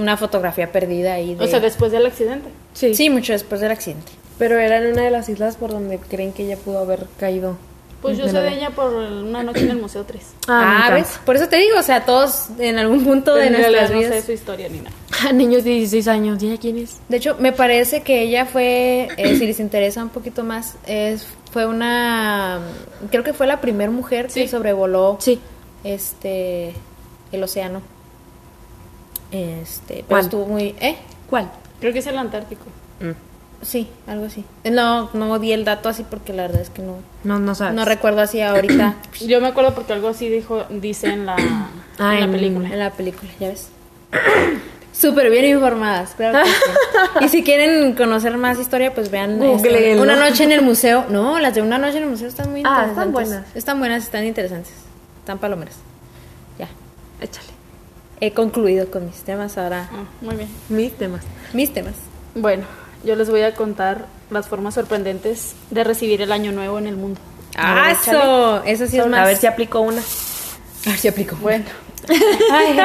[SPEAKER 2] Una fotografía perdida ahí de...
[SPEAKER 3] O sea, después del accidente.
[SPEAKER 2] sí. sí, mucho después del accidente.
[SPEAKER 1] Pero era en una de las islas por donde creen que ella pudo haber caído.
[SPEAKER 3] Pues yo
[SPEAKER 1] De
[SPEAKER 3] sé
[SPEAKER 1] la
[SPEAKER 3] de
[SPEAKER 1] de-
[SPEAKER 3] ella por una noche en el Museo 3.
[SPEAKER 1] Ah,
[SPEAKER 2] Ah,
[SPEAKER 1] me
[SPEAKER 2] ¿ves? Por eso te digo, o sea, todos en algún punto
[SPEAKER 3] Pero
[SPEAKER 2] de
[SPEAKER 3] en
[SPEAKER 2] nuestras
[SPEAKER 3] realidad no
[SPEAKER 2] vidas...
[SPEAKER 3] sé su historia ni nada.
[SPEAKER 1] encanta. Niños de 16 años. ¿Y ella quién es?
[SPEAKER 2] De hecho, me parece que ella fue, eh, si les interesa un poquito más, es, fue una, creo que fue la primera mujer que
[SPEAKER 3] Sí.
[SPEAKER 2] sobrevoló
[SPEAKER 1] Sí.
[SPEAKER 2] este el océano. Este, pero
[SPEAKER 1] ¿Cuál?
[SPEAKER 2] estuvo muy, ¿eh?
[SPEAKER 1] ¿Cuál?
[SPEAKER 3] Creo que es el Antártico.
[SPEAKER 1] Mm.
[SPEAKER 2] Sí, algo así. No, no di el dato así porque la verdad es que no,
[SPEAKER 1] No, no sabes.
[SPEAKER 2] no recuerdo así ahorita
[SPEAKER 3] Yo me acuerdo porque algo así dijo, dice en la,
[SPEAKER 1] Ah,
[SPEAKER 3] en la
[SPEAKER 1] en-
[SPEAKER 3] película.
[SPEAKER 2] en la película, ya ves. Súper bien informadas, claro que sí. Y si quieren conocer más historia, pues vean este,
[SPEAKER 1] Googleenlo.
[SPEAKER 2] Una noche en el museo. No, las de Una noche en el museo están muy
[SPEAKER 1] Ah,
[SPEAKER 2] interesantes.
[SPEAKER 1] están buenas.
[SPEAKER 2] Están buenas, están interesantes. Están palomeras. Ya.
[SPEAKER 1] Échale.
[SPEAKER 2] He concluido con mis temas ahora.
[SPEAKER 3] Ah, muy bien.
[SPEAKER 1] Mis temas.
[SPEAKER 2] Mis temas.
[SPEAKER 3] Bueno, yo les voy a contar las formas sorprendentes de recibir el año nuevo en el mundo.
[SPEAKER 2] Ah,
[SPEAKER 1] échale.
[SPEAKER 2] eso. Eso sí es más.
[SPEAKER 1] A ver si aplicó una.
[SPEAKER 2] A ver si aplico.
[SPEAKER 3] Bueno,
[SPEAKER 2] Ay,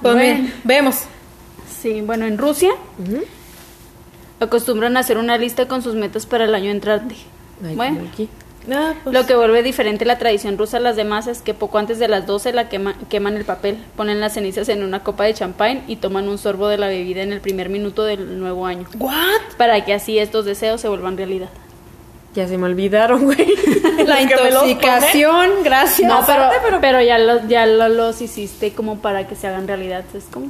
[SPEAKER 2] pues mira,
[SPEAKER 3] Bueno.
[SPEAKER 2] vemos.
[SPEAKER 3] sí, bueno, en Rusia acostumbran a hacer una lista con sus metas para el año entrante.
[SPEAKER 1] Ay,
[SPEAKER 3] bueno,
[SPEAKER 1] Yuki. pues,
[SPEAKER 3] Lo que vuelve diferente la tradición rusa a las demás es que poco antes de las 12 la quema- queman el papel, ponen las cenizas en una copa de champán y toman un sorbo de la bebida en el primer minuto del nuevo año,
[SPEAKER 2] ¿What?
[SPEAKER 3] para que así estos deseos se vuelvan realidad.
[SPEAKER 1] Ya se me olvidaron, güey.
[SPEAKER 2] La
[SPEAKER 1] Porque me los tomé.
[SPEAKER 2] intoxicación, gracias.
[SPEAKER 3] No, pero, pero ya, los, ya lo- los hiciste como para que se hagan realidad, es como...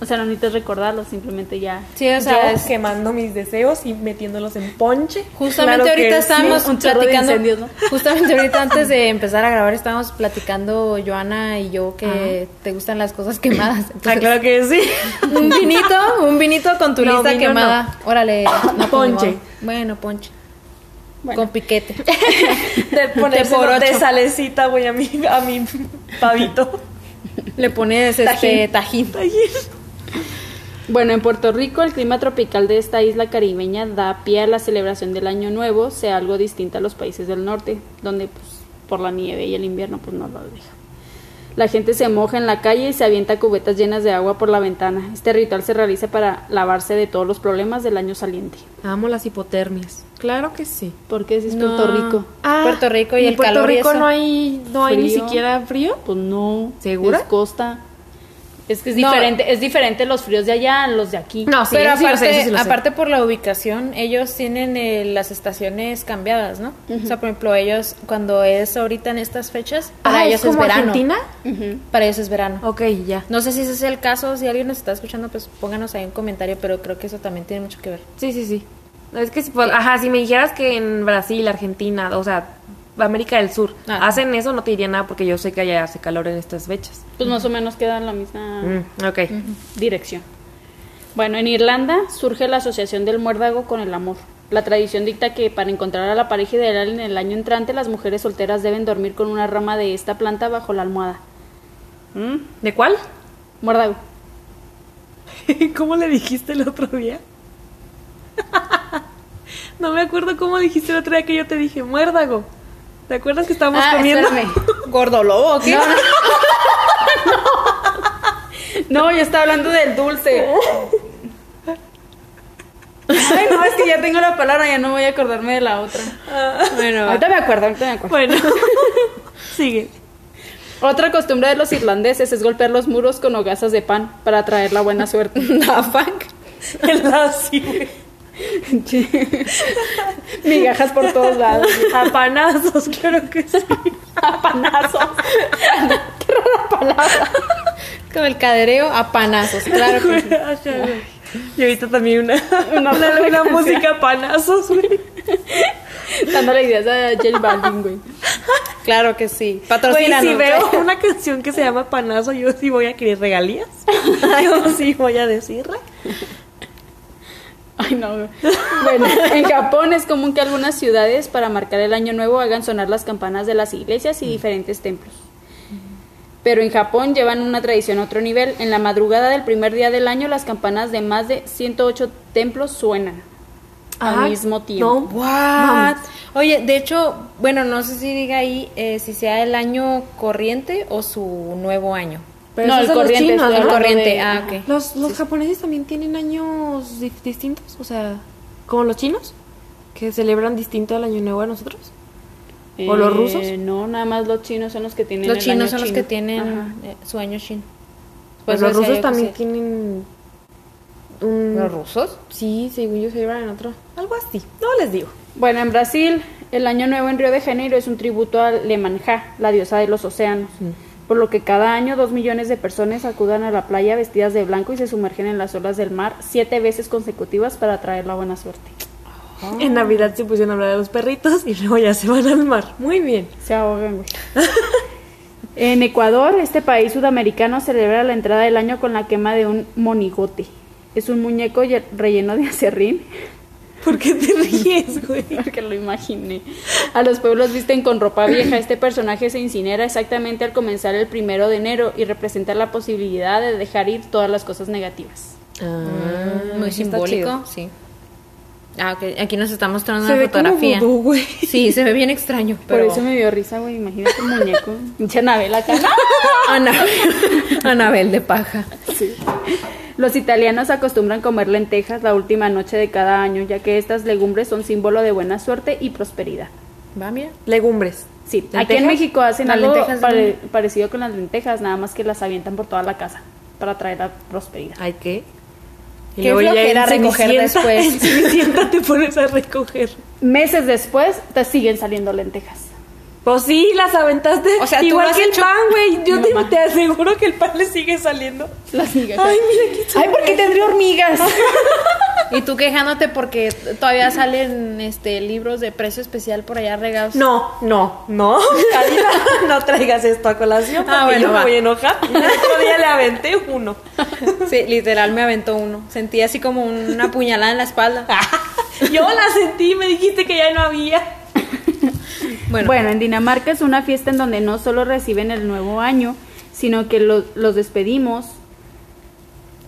[SPEAKER 3] O sea, no necesitas recordarlos, simplemente ya...
[SPEAKER 2] Sí, o
[SPEAKER 1] Yo
[SPEAKER 2] sea, es-
[SPEAKER 1] quemando mis deseos y metiéndolos en ponche.
[SPEAKER 2] Justamente
[SPEAKER 1] Claro que
[SPEAKER 2] ahorita
[SPEAKER 1] sí.
[SPEAKER 2] estábamos
[SPEAKER 3] un chorro de
[SPEAKER 2] platicando.
[SPEAKER 3] incendios, ¿no?
[SPEAKER 2] Justamente ahorita antes de empezar a grabar estábamos platicando Joana y yo que te gustan las cosas quemadas.
[SPEAKER 1] Ah,
[SPEAKER 2] Entonces,
[SPEAKER 1] claro que sí.
[SPEAKER 2] Un vinito, un vinito con tu
[SPEAKER 1] No,
[SPEAKER 2] lista
[SPEAKER 1] vino
[SPEAKER 2] quemada. Órale, no, pues,
[SPEAKER 1] Ponche.
[SPEAKER 2] ni modo. Bueno, ponche.
[SPEAKER 3] Bueno.
[SPEAKER 2] Con piquete.
[SPEAKER 1] De ponerse
[SPEAKER 2] por
[SPEAKER 1] de
[SPEAKER 2] ocho.
[SPEAKER 1] salecita, güey, a mi, a mi pavito.
[SPEAKER 2] Le pones este tajín.
[SPEAKER 3] Bueno, en Puerto Rico el clima tropical de esta isla caribeña da pie a la celebración del Año Nuevo, sea algo distinta a los países del norte, donde pues, por la nieve y el invierno pues no lo deja. La gente se moja en la calle y se avienta cubetas llenas de agua por la ventana. Este ritual se realiza para lavarse de todos los problemas del año saliente.
[SPEAKER 1] Amo las hipotermias. Claro que sí.
[SPEAKER 3] Porque si es
[SPEAKER 2] No.
[SPEAKER 3] Puerto Rico.
[SPEAKER 2] Puerto Rico y el
[SPEAKER 1] Ah, Puerto
[SPEAKER 2] calor y
[SPEAKER 1] Rico
[SPEAKER 2] eso.
[SPEAKER 1] no hay, no hay ni
[SPEAKER 3] Frío.
[SPEAKER 1] siquiera frío.
[SPEAKER 3] Pues no,
[SPEAKER 1] ¿Segura?
[SPEAKER 3] es costa. Es que es
[SPEAKER 2] No.
[SPEAKER 3] diferente, es diferente los fríos de allá a los de aquí.
[SPEAKER 1] No, Ah, sí,
[SPEAKER 2] pero
[SPEAKER 1] eso sí lo
[SPEAKER 2] aparte,
[SPEAKER 1] sé, eso sí lo sé.
[SPEAKER 2] aparte por la ubicación, ellos tienen eh, las estaciones cambiadas, ¿no? O sea, por ejemplo, ellos cuando es ahorita en estas fechas, para
[SPEAKER 1] Ah,
[SPEAKER 2] ellos es,
[SPEAKER 1] como
[SPEAKER 2] verano.
[SPEAKER 1] Argentina?
[SPEAKER 3] Ujú.
[SPEAKER 2] Para ellos es verano.
[SPEAKER 1] Ok, ya.
[SPEAKER 2] No sé si ese es el caso, si alguien nos está escuchando, pues pónganos ahí un comentario, pero creo que eso también tiene mucho que ver.
[SPEAKER 1] Sí, sí, sí. Es que, si, pues, ajá, si me dijeras que en Brasil, Argentina, o sea, América del Sur,
[SPEAKER 2] Ah.
[SPEAKER 1] hacen eso, no te diría nada porque yo sé que allá hace calor en estas fechas.
[SPEAKER 3] Pues más o menos queda en la
[SPEAKER 2] Ah.
[SPEAKER 3] misma.
[SPEAKER 1] Mm, ok.
[SPEAKER 3] dirección. Bueno, en Irlanda surge la asociación del muérdago con el amor. La tradición dicta que para encontrar a la pareja ideal en el año entrante, las mujeres solteras deben dormir con una rama de esta planta bajo la almohada. ¿Mm?
[SPEAKER 1] ¿De cuál?
[SPEAKER 3] Muérdago.
[SPEAKER 1] ¿Cómo le dijiste el otro día? no me acuerdo cómo dijiste el otro día que yo te dije muérdago. ¿Te acuerdas que estábamos
[SPEAKER 3] Ah,
[SPEAKER 1] comiendo?
[SPEAKER 3] espérame.
[SPEAKER 2] ¿Gordolobo o qué?
[SPEAKER 3] No, yo estaba hablando del dulce. Ay, no, es que ya tengo la palabra, ya no voy a acordarme de la otra.
[SPEAKER 2] Bueno,
[SPEAKER 3] Ahorita me acuerdo, ahorita me acuerdo.
[SPEAKER 1] Bueno,
[SPEAKER 3] Sigue. Otra costumbre de los irlandeses es golpear los muros con hogazas de pan para traer la buena suerte.
[SPEAKER 2] Dafank. El así.
[SPEAKER 3] Migajas por todos lados.
[SPEAKER 1] A panazos, claro que sí.
[SPEAKER 3] A panazos. Qué rara palabra.
[SPEAKER 2] Como el cadereo a panazos, claro que sí.
[SPEAKER 1] Y ahorita también una, una, una música a panazos, güey.
[SPEAKER 3] Dándole ideas a J Balvin, güey.
[SPEAKER 2] Claro que sí.
[SPEAKER 1] Güey,
[SPEAKER 2] Patrocínanos.
[SPEAKER 1] si veo una canción que se llama Panazo, yo sí voy a querer regalías. Yo sí voy a decirla.
[SPEAKER 3] Ay, no. güey. Bueno, en Japón es común que algunas ciudades para marcar el año nuevo hagan sonar las campanas de las iglesias y diferentes templos. Pero en Japón llevan una tradición a otro nivel. En la madrugada del primer día del año las campanas de más de 108 templos suenan al mismo tiempo.
[SPEAKER 1] No.
[SPEAKER 2] What? Oye, de hecho, bueno, no sé si diga ahí eh, si sea el año corriente o su nuevo año.
[SPEAKER 1] Pero
[SPEAKER 3] No,
[SPEAKER 1] esos
[SPEAKER 3] el
[SPEAKER 1] son los
[SPEAKER 3] corriente,
[SPEAKER 1] chinos,
[SPEAKER 3] estoy
[SPEAKER 1] ¿no?
[SPEAKER 3] hablando
[SPEAKER 2] corriente,
[SPEAKER 3] de-
[SPEAKER 2] ah, ok.
[SPEAKER 1] Los, los japoneses también tienen años di- distintos, o sea, como los chinos, que celebran distinto el año nuevo a nosotros. ¿O los rusos?
[SPEAKER 3] Eh, No, nada más los chinos son los que tienen
[SPEAKER 2] Los
[SPEAKER 3] el
[SPEAKER 2] chinos
[SPEAKER 3] año
[SPEAKER 2] son los
[SPEAKER 3] chino.
[SPEAKER 2] que tienen
[SPEAKER 3] Ajá.
[SPEAKER 2] eh, su año chino.
[SPEAKER 1] Pues
[SPEAKER 2] Por
[SPEAKER 1] los
[SPEAKER 2] eso
[SPEAKER 1] rusos
[SPEAKER 2] decía yo que
[SPEAKER 1] también
[SPEAKER 2] sí.
[SPEAKER 1] tienen un...
[SPEAKER 2] ¿Los rusos?
[SPEAKER 1] Sí, según yo celebran en otro. Algo así, no les digo.
[SPEAKER 3] Bueno, en Brasil, el Año Nuevo en Río de Janeiro es un tributo a Lemanjá, la diosa de los océanos, por lo que cada año dos millones de personas acudan a la playa vestidas de blanco y se sumergen en las olas del mar siete veces consecutivas para traer la buena suerte.
[SPEAKER 2] Ah.
[SPEAKER 1] En Navidad se pusieron a hablar de los perritos y luego ya se van al mar. Muy bien.
[SPEAKER 3] Se ahogan, güey. en Ecuador, este país sudamericano celebra la entrada del año con la quema de un monigote. Es un muñeco ye- relleno de acerrín
[SPEAKER 1] ¿Por qué te ríes, güey?
[SPEAKER 3] Porque lo imaginé. A los pueblos visten con ropa vieja. Este personaje se incinera exactamente al comenzar el primero de enero y representa la posibilidad de dejar ir todas las cosas negativas.
[SPEAKER 2] Mm, Muy
[SPEAKER 1] está
[SPEAKER 2] simbólico,
[SPEAKER 1] chido.
[SPEAKER 2] sí. Ah, ok. Aquí nos está mostrando
[SPEAKER 1] Se
[SPEAKER 2] una
[SPEAKER 1] ve como
[SPEAKER 2] fotografía.
[SPEAKER 1] vudú, güey.
[SPEAKER 2] Sí, se ve bien extraño, pero...
[SPEAKER 3] Por eso me dio risa, güey. Imagínate un muñeco. Pinche Anabel acá.
[SPEAKER 2] Anabel, Anabel de paja.
[SPEAKER 3] Los italianos acostumbran comer lentejas la última noche de cada año, ya que estas legumbres son símbolo de buena suerte y prosperidad.
[SPEAKER 2] Va, mira.
[SPEAKER 1] Legumbres.
[SPEAKER 3] Sí, aquí en
[SPEAKER 2] ¿Lentejas?
[SPEAKER 3] México hacen
[SPEAKER 2] Las
[SPEAKER 3] algo
[SPEAKER 2] lentejas de
[SPEAKER 3] pare-
[SPEAKER 2] maíz.
[SPEAKER 3] parecido con las lentejas, nada más que las avientan por toda la casa para traer la prosperidad.
[SPEAKER 1] Ay, ¿qué?
[SPEAKER 2] Qué flojera recoger después.
[SPEAKER 1] Cenicienta te pones a recoger.
[SPEAKER 3] Meses después te siguen saliendo lentejas.
[SPEAKER 1] Pues sí, las aventaste.
[SPEAKER 2] O sea, tú
[SPEAKER 1] Igual
[SPEAKER 2] lo has
[SPEAKER 1] que el
[SPEAKER 2] hecho-
[SPEAKER 1] pan, güey. Yo te,
[SPEAKER 3] Mamá.
[SPEAKER 1] te aseguro que el pan le sigue saliendo.
[SPEAKER 3] Las migajas.
[SPEAKER 1] Ay, mira qué
[SPEAKER 3] Ay, ¿por qué tendría hormigas?
[SPEAKER 2] Y tú quejándote porque todavía salen este libros de precio especial por allá regados.
[SPEAKER 1] No, no, no. Karina, no traigas esto a colación porque
[SPEAKER 2] Ah, bueno,
[SPEAKER 1] yo me
[SPEAKER 2] va.
[SPEAKER 1] voy a enojar. El otro día le aventé uno.
[SPEAKER 2] Sí, literal me aventó uno. Sentí así como una puñalada en la espalda.
[SPEAKER 1] Yo la sentí, me dijiste que ya no había.
[SPEAKER 2] Bueno,
[SPEAKER 3] Bueno. en Dinamarca es una fiesta en donde no solo reciben el nuevo año, sino que lo- los despedimos.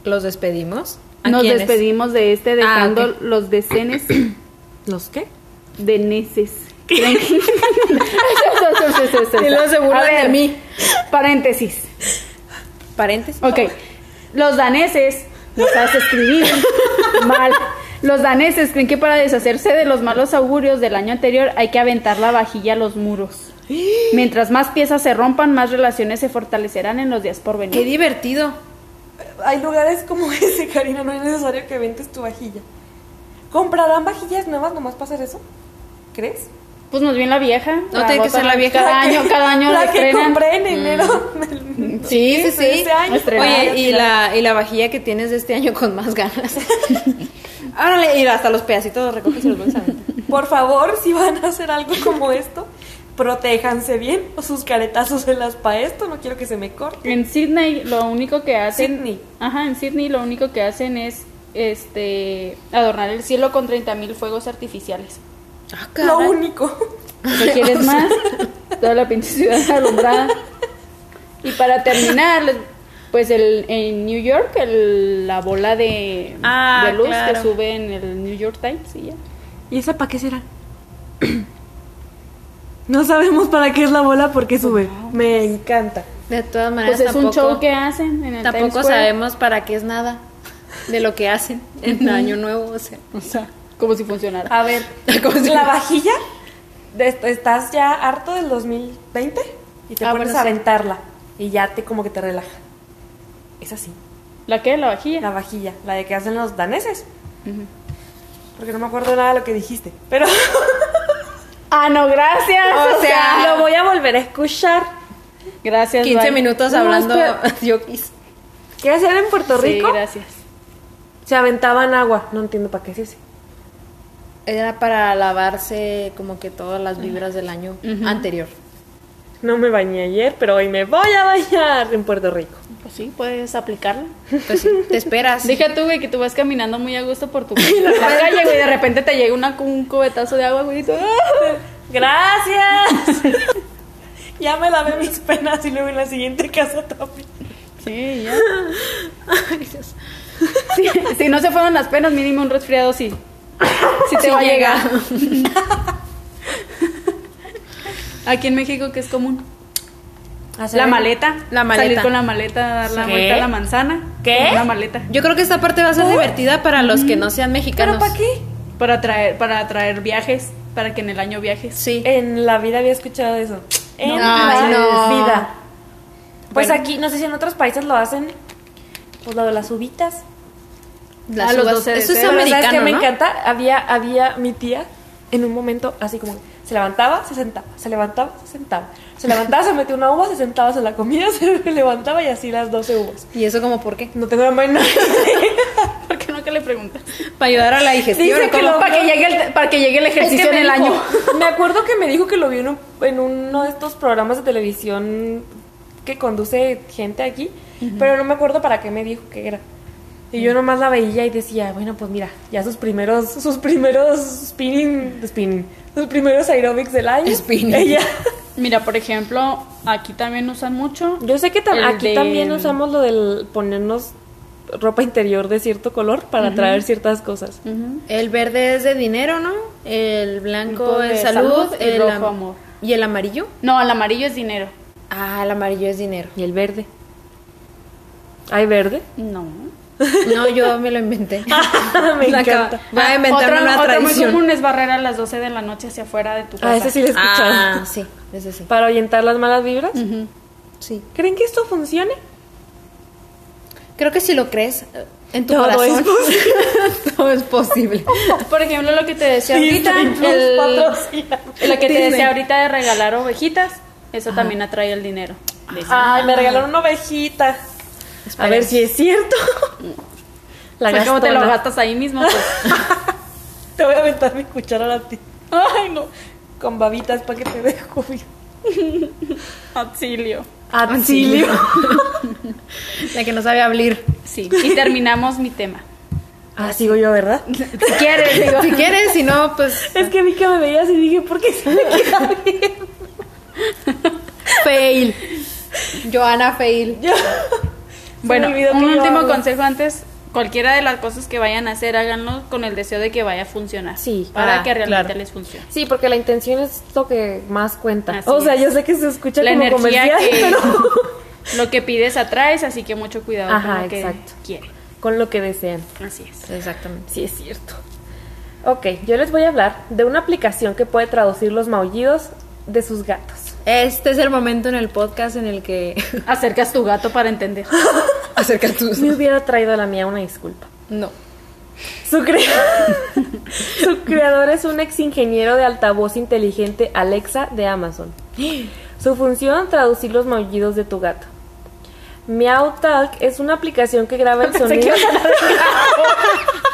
[SPEAKER 2] los despedimos. ¿A
[SPEAKER 3] Nos
[SPEAKER 2] quiénes? Ah,
[SPEAKER 3] despedimos de este dejando
[SPEAKER 2] ok.
[SPEAKER 3] los decenes
[SPEAKER 1] ¿Los qué?
[SPEAKER 3] de neces.
[SPEAKER 2] Y luego se burlan
[SPEAKER 3] A ver,
[SPEAKER 2] de mí.
[SPEAKER 3] Paréntesis.
[SPEAKER 2] Paréntesis.
[SPEAKER 3] Ok. Los daneses, no sabes escribir mal. Los daneses creen que para deshacerse de los malos augurios del año anterior hay que aventar la vajilla a los muros. Mientras más piezas se rompan, más relaciones se fortalecerán en los días por
[SPEAKER 2] Qué
[SPEAKER 3] venir.
[SPEAKER 2] divertido.
[SPEAKER 1] Hay lugares como ese, Karina, no es necesario que ventes tu vajilla. ¿Comprarán vajillas nuevas nomás para hacer eso? ¿Crees?
[SPEAKER 3] Pues nos bien la vieja.
[SPEAKER 2] No tiene que ser la vieja.
[SPEAKER 3] Cada
[SPEAKER 1] La que-
[SPEAKER 3] año, cada año Mm.
[SPEAKER 1] la
[SPEAKER 3] la
[SPEAKER 1] que
[SPEAKER 3] estrenan.
[SPEAKER 1] compré en enero. del-
[SPEAKER 2] Sí, sí,
[SPEAKER 1] de
[SPEAKER 2] sí.
[SPEAKER 1] ese año.
[SPEAKER 3] Estrenada,
[SPEAKER 2] Oye, y la, y la vajilla que tienes de este año con más ganas. Árale, y hasta los pedacitos los recoges y los vuelves a aventar.
[SPEAKER 1] Por favor, si van a hacer algo como esto, protéjanse bien. Sus caretazos se las pa' esto, no quiero que se me corte.
[SPEAKER 3] En Sydney lo único que hacen.
[SPEAKER 1] Sydney.
[SPEAKER 3] Ajá, en Sydney lo único que hacen es este adornar el cielo con 30.000 fuegos artificiales.
[SPEAKER 2] Ah,
[SPEAKER 1] Lo
[SPEAKER 2] caray.
[SPEAKER 1] único.
[SPEAKER 3] ¿Qué quieres más? Toda la pinche ciudad alumbrada. Y para terminar, les- pues el, en New York, el- la bola de,
[SPEAKER 2] Ah,
[SPEAKER 3] de luz
[SPEAKER 2] claro. Ah,
[SPEAKER 3] que sube en el New York Times y ya.
[SPEAKER 1] ¿Y esa para qué será? No sabemos para qué es la bola porque sube. Me encanta.
[SPEAKER 2] De todas maneras,
[SPEAKER 3] Pues es un
[SPEAKER 2] tampoco-
[SPEAKER 3] show que hacen en el Times
[SPEAKER 2] Tampoco
[SPEAKER 3] Square.
[SPEAKER 2] sabemos para qué es nada de lo que hacen en Año Nuevo, o sea.
[SPEAKER 3] O sea, como si funcionara.
[SPEAKER 2] Ah.
[SPEAKER 1] A ver,
[SPEAKER 2] ¿Cómo se
[SPEAKER 1] la
[SPEAKER 2] llama?
[SPEAKER 1] vajilla. de esto- ¿Estás ya harto del 2020? y te
[SPEAKER 2] Ah,
[SPEAKER 1] pones
[SPEAKER 2] bueno,
[SPEAKER 1] a
[SPEAKER 2] sí.
[SPEAKER 1] aventarla y ya te como que te relaja. Es así,
[SPEAKER 3] ¿La qué? ¿La vajilla?
[SPEAKER 1] la vajilla, la de que hacen los daneses,
[SPEAKER 3] Ujú.
[SPEAKER 1] porque no me acuerdo nada de lo que dijiste, pero
[SPEAKER 3] Ah, no, gracias.
[SPEAKER 2] O
[SPEAKER 1] o sea,
[SPEAKER 3] Ah.
[SPEAKER 2] sea,
[SPEAKER 1] lo voy a volver a escuchar.
[SPEAKER 3] Gracias.
[SPEAKER 2] 15
[SPEAKER 3] bye.
[SPEAKER 2] minutos
[SPEAKER 3] No,
[SPEAKER 2] hablando
[SPEAKER 3] espera.
[SPEAKER 2] yo quis-
[SPEAKER 1] ¿Qué hacer en Puerto
[SPEAKER 3] Sí,
[SPEAKER 1] Rico?
[SPEAKER 3] gracias.
[SPEAKER 1] Se aventaban agua, no entiendo para qué es ese.
[SPEAKER 2] Era para lavarse como que todas las vibras del año anterior.
[SPEAKER 1] No me bañé ayer, pero hoy me voy a bañar en Puerto Rico.
[SPEAKER 3] Pues sí, puedes aplicarla.
[SPEAKER 2] Pues sí, te esperas.
[SPEAKER 3] Deja tú, güey, que tú vas caminando muy a gusto por tu la calle, güey, de repente te llega una, un cubetazo de agua, güey, y tú, ¡ah!
[SPEAKER 1] ¡Gracias! ya me lavé mis penas y luego en la siguiente casa también.
[SPEAKER 3] Sí, ya. Sí, si no se fueron las penas, mínimo un resfriado sí. Sí te
[SPEAKER 2] Sí
[SPEAKER 3] va a
[SPEAKER 2] llega.
[SPEAKER 3] llegar. Aquí en México, que es común? La maleta.
[SPEAKER 2] La maleta.
[SPEAKER 3] Salir con la maleta, dar la
[SPEAKER 1] ¿Qué?
[SPEAKER 3] vuelta a la manzana.
[SPEAKER 1] ¿Qué?
[SPEAKER 3] Con Una maleta.
[SPEAKER 2] Yo creo que esta parte va a ser divertida para los que no sean mexicanos.
[SPEAKER 1] ¿Pero para qué?
[SPEAKER 3] Para traer, para traer viajes, para que en el año viajes.
[SPEAKER 2] Sí.
[SPEAKER 1] En la vida había escuchado eso. En
[SPEAKER 2] No
[SPEAKER 1] la
[SPEAKER 2] manches. no.
[SPEAKER 1] vida. Pues
[SPEAKER 3] Bueno.
[SPEAKER 1] aquí, no sé si en otros países lo hacen. Pues lo de las uvitas.
[SPEAKER 2] Las
[SPEAKER 3] a los
[SPEAKER 2] uvas.
[SPEAKER 3] 12
[SPEAKER 2] Eso es
[SPEAKER 3] deseos.
[SPEAKER 1] Pero, ¿sabes
[SPEAKER 2] americano,
[SPEAKER 1] qué me
[SPEAKER 2] ¿no?
[SPEAKER 1] encanta? Había, había mi tía en un momento así como se levantaba, se sentaba, se levantaba, se sentaba. Se levantaba, se metía una uva, se sentaba, se la comía, se levantaba y así las 12 uvas.
[SPEAKER 2] ¿Y eso como por qué?
[SPEAKER 1] No tengo la menor idea.
[SPEAKER 3] ¿Por qué no que le preguntas?
[SPEAKER 2] Para ayudar a la digestión.
[SPEAKER 1] Dice
[SPEAKER 2] ¿o
[SPEAKER 1] que
[SPEAKER 2] cómo?
[SPEAKER 1] lo-
[SPEAKER 3] Para que llegue el, para que llegue el ejercicio
[SPEAKER 1] Es que
[SPEAKER 3] en el
[SPEAKER 1] me
[SPEAKER 3] año.
[SPEAKER 1] dijo- Me acuerdo que me dijo que lo vio en, un- en uno de estos programas de televisión que conduce gente aquí, pero no me acuerdo para qué me dijo que era. Y yo nomás la veía y decía, bueno, pues mira, ya sus primeros, sus primeros spinning, spinning, sus primeros aerobics del año.
[SPEAKER 2] Spinning.
[SPEAKER 1] Ella.
[SPEAKER 3] Mira, por ejemplo, aquí también usan mucho.
[SPEAKER 1] Yo sé que tam-
[SPEAKER 3] El
[SPEAKER 1] aquí
[SPEAKER 3] de-
[SPEAKER 1] también usamos lo del ponernos ropa interior de cierto color para traer ciertas cosas.
[SPEAKER 3] Ujú.
[SPEAKER 2] El verde es de dinero, ¿no? El blanco
[SPEAKER 3] Entonces,
[SPEAKER 2] es salud.
[SPEAKER 3] salud y rojo,
[SPEAKER 2] am-
[SPEAKER 3] amor.
[SPEAKER 2] ¿Y el amarillo?
[SPEAKER 3] No, el amarillo es dinero.
[SPEAKER 2] Ah, el amarillo es dinero.
[SPEAKER 1] Y el verde. ¿Hay verde?
[SPEAKER 3] No.
[SPEAKER 2] No, yo me lo inventé.
[SPEAKER 1] Ah,
[SPEAKER 3] Ah,
[SPEAKER 1] me
[SPEAKER 2] La acabo-
[SPEAKER 1] encanta.
[SPEAKER 2] Voy a inventar
[SPEAKER 3] Otra-
[SPEAKER 2] una
[SPEAKER 3] otra
[SPEAKER 2] tradición.
[SPEAKER 3] muy común es barrer a las 12 de la noche hacia afuera de tu casa.
[SPEAKER 1] Ah, ese sí lo he escuchado.
[SPEAKER 2] Ah, sí, eso sí.
[SPEAKER 1] Para ahuyentar las malas vibras.
[SPEAKER 3] Ujú.
[SPEAKER 2] Sí.
[SPEAKER 1] ¿Creen que esto funcione?
[SPEAKER 2] Creo que si lo crees eh, en tu
[SPEAKER 1] Todo
[SPEAKER 2] corazón,
[SPEAKER 1] es
[SPEAKER 2] todo es posible.
[SPEAKER 3] Por ejemplo, lo que te decía ahorita,
[SPEAKER 1] Disney Plus
[SPEAKER 3] el-
[SPEAKER 1] patrocina.
[SPEAKER 3] lo que te
[SPEAKER 2] Disney.
[SPEAKER 3] decía ahorita de regalar ovejitas, eso también atrae el dinero. Dicen.
[SPEAKER 1] Ay, me regalaron una ovejita. A ver si es cierto. La
[SPEAKER 3] O sea, Pues, ¿Cómo te lo
[SPEAKER 1] gastona.
[SPEAKER 3] gastas ahí mismo? pues?
[SPEAKER 1] Te voy a aventar mi cuchara a ti. Ay, no. Con babitas para que te dé COVID.
[SPEAKER 3] Auxilio.
[SPEAKER 1] Auxilio.
[SPEAKER 2] La que no sabe hablar.
[SPEAKER 3] Sí. Y terminamos mi tema.
[SPEAKER 1] Ah, sigo yo, ¿verdad?
[SPEAKER 2] Si quieres, digo, si quieres, si no, pues
[SPEAKER 1] Es que vi que me veías y dije, ¿por qué se me queda bien?
[SPEAKER 2] fail. Joana fail.
[SPEAKER 1] Yo- Se
[SPEAKER 3] Bueno,
[SPEAKER 1] me olvidó que
[SPEAKER 3] un
[SPEAKER 1] yo
[SPEAKER 3] último
[SPEAKER 1] hablo.
[SPEAKER 3] consejo antes. Cualquiera de las cosas que vayan a hacer, háganlo con el deseo de que vaya a funcionar.
[SPEAKER 1] Sí.
[SPEAKER 3] Para
[SPEAKER 2] Ah,
[SPEAKER 3] que realmente
[SPEAKER 2] claro.
[SPEAKER 3] les funcione.
[SPEAKER 1] Sí, porque la intención es lo que más cuenta.
[SPEAKER 3] Así
[SPEAKER 1] o sea,
[SPEAKER 3] es.
[SPEAKER 1] yo sé que se escucha
[SPEAKER 3] La
[SPEAKER 1] como
[SPEAKER 3] energía
[SPEAKER 1] comercial,
[SPEAKER 3] que...
[SPEAKER 1] pero
[SPEAKER 3] Lo que pides atraes, así que mucho cuidado
[SPEAKER 1] Ajá,
[SPEAKER 3] con lo que
[SPEAKER 1] exacto.
[SPEAKER 3] quiere.
[SPEAKER 1] con lo que desean.
[SPEAKER 3] Así es.
[SPEAKER 2] Exactamente.
[SPEAKER 1] Sí, es cierto. Ok, yo les voy a hablar de una aplicación que puede traducir los maullidos de sus gatos.
[SPEAKER 2] Este es el momento en el podcast en el que
[SPEAKER 3] Acercas tu gato para entender.
[SPEAKER 2] acerca tus.
[SPEAKER 1] Me hubiera traído a la mía una disculpa.
[SPEAKER 2] No.
[SPEAKER 1] Su, cre- Su creador es un ex ingeniero de altavoz inteligente Alexa de Amazon. Su función, traducir los maullidos de tu gato. Meow Talk es una aplicación que graba el
[SPEAKER 3] Pensé que
[SPEAKER 1] sonido.
[SPEAKER 3] ibas a hablar de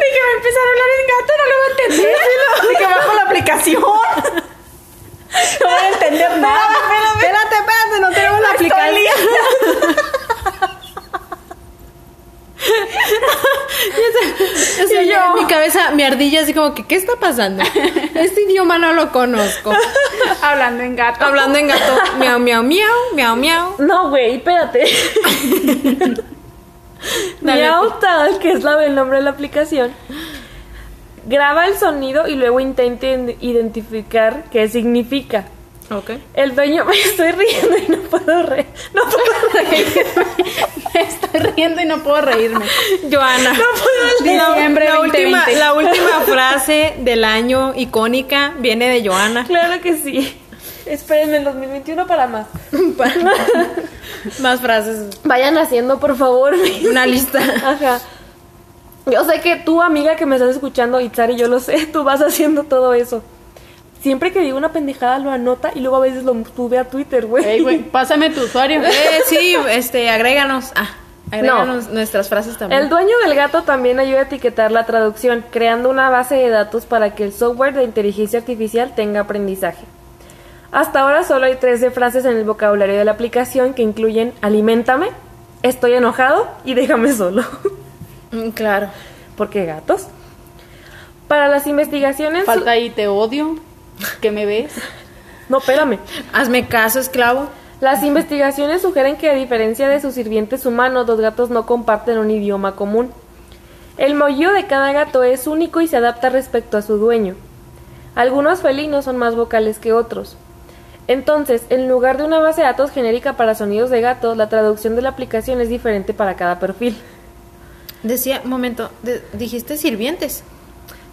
[SPEAKER 3] Dije, va a empezar a hablar en gato, no lo va a entender. Dije, bajo la aplicación. No voy a entender nada. Espérate, espérate, no tenemos la aplicación.
[SPEAKER 2] O sea,
[SPEAKER 3] Y
[SPEAKER 2] yo
[SPEAKER 3] yo-
[SPEAKER 2] en mi cabeza, mi ardilla así como que, ¿qué está pasando? Este idioma no lo conozco.
[SPEAKER 3] Hablando en gato.
[SPEAKER 2] Hablando en gato, miau, miau, miau, miau, miau.
[SPEAKER 1] No, güey, espérate.
[SPEAKER 2] Dale.
[SPEAKER 1] Meow Talk, que es la- el nombre de la aplicación, graba el sonido y luego intenten identificar qué significa.
[SPEAKER 2] Ok.
[SPEAKER 1] El dueño me estoy riendo y no puedo re- no puedo
[SPEAKER 3] Me estoy riendo y
[SPEAKER 2] no puedo reírme.
[SPEAKER 4] Joana. la,
[SPEAKER 2] Diciembre
[SPEAKER 4] la última,
[SPEAKER 2] 2020.
[SPEAKER 4] la última frase del año icónica viene de Joana.
[SPEAKER 1] Claro que sí. Espérenme el 2021 para más.
[SPEAKER 2] Más frases.
[SPEAKER 1] Vayan haciendo, por favor.
[SPEAKER 2] Una lista.
[SPEAKER 1] Ajá. Yo sé que tú, amiga que me estás escuchando, Itzari, yo lo sé, tú vas haciendo todo eso. Siempre que digo una pendejada lo anota y luego a veces lo sube a Twitter,
[SPEAKER 3] Ey, güey, pásame tu usuario.
[SPEAKER 4] Eh, sí, este, agréganos. Ah, agréganos nuestras frases también.
[SPEAKER 1] El dueño del gato también ayuda a etiquetar la traducción, creando una base de datos Pues para que el software de inteligencia artificial tenga aprendizaje. Hasta ahora solo hay 13 frases en el vocabulario de la aplicación que incluyen alimentame, estoy enojado y déjame solo.
[SPEAKER 2] Mm, Claro.
[SPEAKER 1] Porque gatos. Para las investigaciones...
[SPEAKER 3] Falta ahí, te odio. Que me ves.
[SPEAKER 1] No, espérame.
[SPEAKER 2] Hazme caso, esclavo.
[SPEAKER 1] Las investigaciones sugieren que a diferencia de sus sirvientes humanos, los gatos no comparten un idioma común. El maullido de cada gato es único y se adapta respecto a su dueño. Algunos felinos son más vocales que otros. Entonces, en lugar de una base de datos genérica para sonidos de gatos, la traducción de la aplicación es diferente para cada perfil.
[SPEAKER 2] Decía, un momento, de- dijiste sirvientes.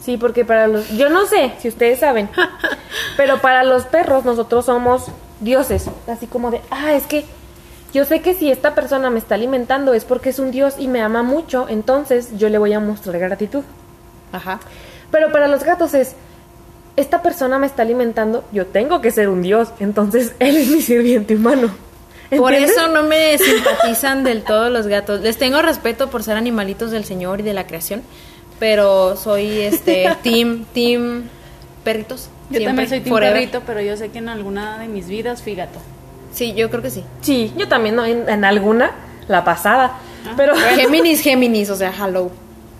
[SPEAKER 1] Sí, porque para los... Yo no sé si ustedes saben, pero para los perros nosotros somos dioses. Así como de, ah, es que yo sé que si esta persona me está alimentando es porque es un dios y me ama mucho, entonces yo le voy a mostrar gratitud.
[SPEAKER 2] Ajá.
[SPEAKER 1] Pero para los gatos es, esta persona me está alimentando, yo tengo que ser un dios, entonces él es mi sirviente humano.
[SPEAKER 2] Por
[SPEAKER 1] ¿Entiendes?
[SPEAKER 2] eso no me simpatizan del todo los gatos. Les tengo respeto por ser animalitos del Señor y de la creación, pero soy este team team perritos.
[SPEAKER 3] Yo
[SPEAKER 2] siempre,
[SPEAKER 3] también soy team
[SPEAKER 2] forever.
[SPEAKER 3] perrito, pero yo sé que en alguna de mis vidas fui gato.
[SPEAKER 2] Sí, yo creo que sí.
[SPEAKER 1] Sí, yo también, ¿no? en, en alguna, la pasada.
[SPEAKER 2] Ah,
[SPEAKER 1] pero
[SPEAKER 2] Géminis, Géminis, o sea, hello.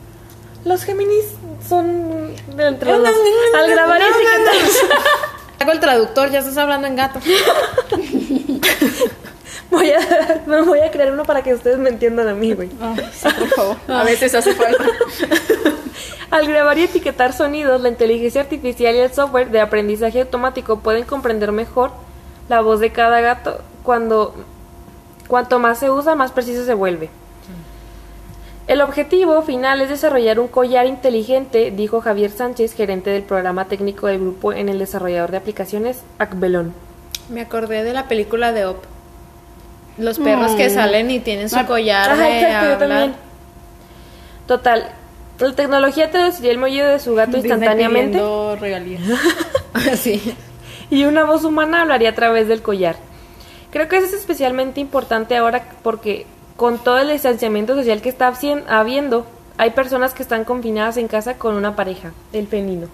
[SPEAKER 1] los Géminis son de entre los... al grabar etiquetas-
[SPEAKER 2] Saco este el traductor, ya estás hablando en gato.
[SPEAKER 1] Voy a, me voy a crear uno para que ustedes me entiendan a mí, güey.
[SPEAKER 3] Ah, por favor. A veces hace falta.
[SPEAKER 1] Al grabar y etiquetar sonidos, la inteligencia artificial y el software de aprendizaje automático pueden comprender mejor la voz de cada gato cuando cuanto más se usa, más preciso se vuelve. El objetivo final es desarrollar un collar inteligente, dijo Javier Sánchez, gerente del programa técnico del grupo en el desarrollador de aplicaciones Acbelón.
[SPEAKER 2] Me acordé de la película de Op. Los perros que
[SPEAKER 3] Mm.
[SPEAKER 2] salen y tienen su
[SPEAKER 3] Ah,
[SPEAKER 2] collar
[SPEAKER 1] Ajá,
[SPEAKER 2] de
[SPEAKER 1] exacto, yo
[SPEAKER 2] hablar.
[SPEAKER 1] también. Total, la tecnología traduciría el mollido de su gato instantáneamente.
[SPEAKER 3] Pidiendo regalías.
[SPEAKER 2] sí.
[SPEAKER 1] y una voz humana hablaría a través del collar. Creo que eso es especialmente importante ahora porque con todo el distanciamiento social que está habsien- habiendo, hay personas que están confinadas en casa con una pareja, el felino.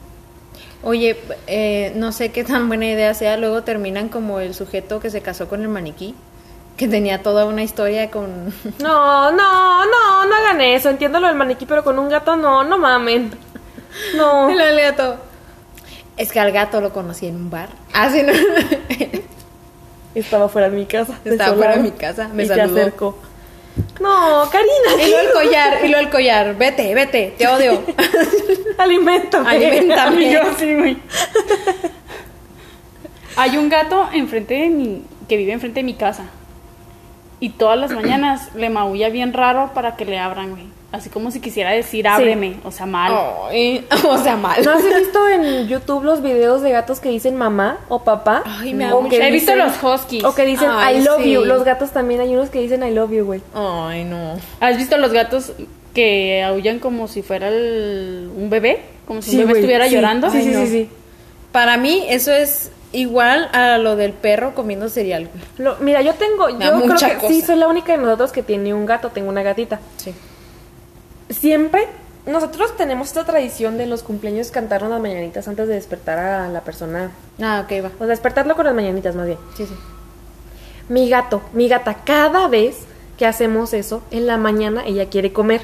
[SPEAKER 2] Oye, eh, no sé qué tan buena idea sea. Luego terminan como el sujeto que se casó con el maniquí, que tenía toda una historia con.
[SPEAKER 1] No, no, no, no hagan eso. Entiendo lo del maniquí, pero con un gato no, no mamen. No.
[SPEAKER 2] El gato. Es que al gato lo conocí en un bar. Ah, sí, no.
[SPEAKER 1] Estaba fuera de mi casa.
[SPEAKER 2] Estaba fuera de mi casa, me
[SPEAKER 1] y se
[SPEAKER 2] saludó.
[SPEAKER 1] acercó. No,
[SPEAKER 2] Y
[SPEAKER 1] Karina,
[SPEAKER 2] luego el collar, y luego el collar. Vete, vete, te odio.
[SPEAKER 1] alimentame.
[SPEAKER 2] Aliméntame.
[SPEAKER 1] Y yo así, güey.
[SPEAKER 3] Hay un gato enfrente de mi, que vive enfrente de mi casa. Y todas las mañanas le maulla bien raro para que le abran, güey. Así como si quisiera decir ábreme, o sea, mal.
[SPEAKER 1] Oh.
[SPEAKER 2] Ay, o sea, mal.
[SPEAKER 1] ¿No has visto en YouTube los videos de gatos que dicen mamá o papá?
[SPEAKER 2] Ay, me da
[SPEAKER 1] O
[SPEAKER 2] mucha-
[SPEAKER 1] que
[SPEAKER 3] He visto
[SPEAKER 1] dicen-
[SPEAKER 3] los huskies.
[SPEAKER 1] O que dicen
[SPEAKER 2] Ay,
[SPEAKER 1] I love
[SPEAKER 2] sí.
[SPEAKER 1] you. Los gatos también hay unos que dicen I love you, güey.
[SPEAKER 2] Ay, no.
[SPEAKER 3] ¿Has visto los gatos que aullan como si fuera el- un bebé? Como si
[SPEAKER 1] Sí,
[SPEAKER 3] un bebé
[SPEAKER 1] güey,
[SPEAKER 3] estuviera
[SPEAKER 1] sí,
[SPEAKER 3] llorando.
[SPEAKER 1] Sí,
[SPEAKER 3] Ay,
[SPEAKER 1] sí,
[SPEAKER 3] no.
[SPEAKER 1] sí, sí.
[SPEAKER 2] Para mí, eso es igual a lo del perro comiendo cereal. güey.
[SPEAKER 1] Lo- mira, yo tengo,
[SPEAKER 2] Da
[SPEAKER 1] yo creo
[SPEAKER 2] mucha
[SPEAKER 1] que sí,
[SPEAKER 2] cosa.
[SPEAKER 1] soy la única de nosotros que tiene un gato, tengo una gatita.
[SPEAKER 2] Sí.
[SPEAKER 1] Siempre, nosotros tenemos esta tradición de los cumpleaños cantarnos las mañanitas antes de despertar a la persona.
[SPEAKER 2] Ah, ok, va.
[SPEAKER 1] O sea, despertarlo con las mañanitas más bien.
[SPEAKER 2] Sí, sí.
[SPEAKER 1] Mi gato, mi gata, cada vez que hacemos eso, en la mañana ella quiere comer.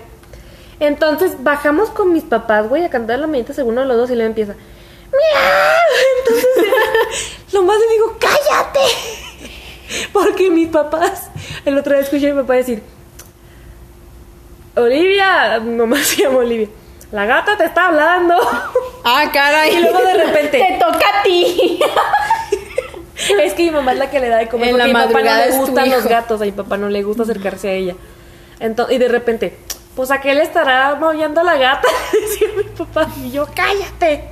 [SPEAKER 1] Entonces bajamos con mis papás, güey, a cantar la mañanita según uno de los dos y luego empieza. ¡Miau! Entonces, lo más le digo, ¡cállate! Porque mis papás, el otro día escuché a mi papá decir, Olivia, mi mamá se llama Olivia, la gata te está hablando.
[SPEAKER 2] Ah, caray.
[SPEAKER 1] Y luego de repente,
[SPEAKER 3] Te toca a ti.
[SPEAKER 1] Es que mi mamá es la que le da de comer.
[SPEAKER 2] En
[SPEAKER 1] porque
[SPEAKER 2] la
[SPEAKER 1] a mi papá no
[SPEAKER 2] madrugada es
[SPEAKER 1] le
[SPEAKER 2] tu
[SPEAKER 1] gustan los
[SPEAKER 2] hijo.
[SPEAKER 1] gatos, a mi papá no le gusta acercarse a ella. Entonces, y de repente, pues a qué le estará maullando la gata, decía mi papá. Y yo, cállate.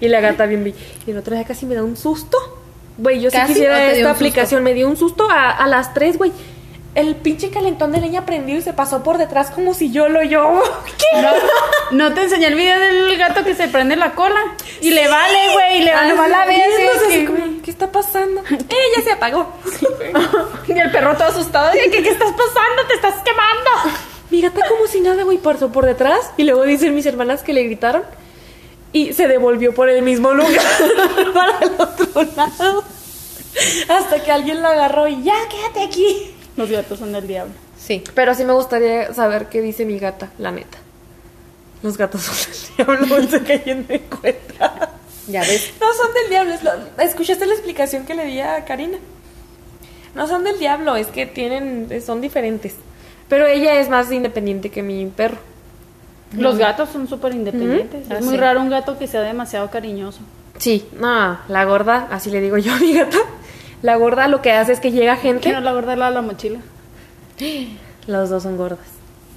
[SPEAKER 1] Y la gata bien vi. Y el otro día casi me da un susto. Güey, yo si sí quisiera esta aplicación. Me dio un susto a, a las tres, güey. El pinche calentón de leña prendido y se pasó por detrás como si yo lo yo. ¿Qué?
[SPEAKER 3] No, no te enseñé el video del gato que se prende la cola. Y le vale, güey, y le
[SPEAKER 2] Ah,
[SPEAKER 3] vale,
[SPEAKER 1] Nomás
[SPEAKER 3] la
[SPEAKER 1] la
[SPEAKER 3] vez.
[SPEAKER 1] vi así
[SPEAKER 3] sí,
[SPEAKER 1] de
[SPEAKER 3] sí.
[SPEAKER 1] que, güey, ¿Qué está pasando? ¡Eh, ya se apagó!
[SPEAKER 3] Y el perro todo asustado. de que, ¿Qué, estás pasando? ¡Te estás quemando!
[SPEAKER 1] Mi gata como si nada, güey, pasó por detrás. Y luego dicen mis hermanas que le gritaron. Y se devolvió por el mismo lugar para el otro lado. Hasta que alguien la agarró y ya, quédate aquí.
[SPEAKER 3] Los gatos son del diablo.
[SPEAKER 2] Sí.
[SPEAKER 1] Pero sí me gustaría saber qué dice mi gata, la neta. Los gatos son del diablo, se cayendo en cuenta.
[SPEAKER 2] Ya ves.
[SPEAKER 1] No son del diablo. es lo- ¿Escuchaste la explicación que le di a Karina? No son del diablo, es que tienen, son diferentes. Pero ella es más independiente que mi perro.
[SPEAKER 3] Los gatos son súper independientes.
[SPEAKER 2] Ah,
[SPEAKER 3] Es muy
[SPEAKER 2] sí.
[SPEAKER 3] raro un gato que sea demasiado cariñoso.
[SPEAKER 1] Sí, no, la gorda, así le digo yo a mi gata. La gorda lo que hace es que llega gente.
[SPEAKER 3] Que no la guarda la, la mochila.
[SPEAKER 1] Los dos son gordas.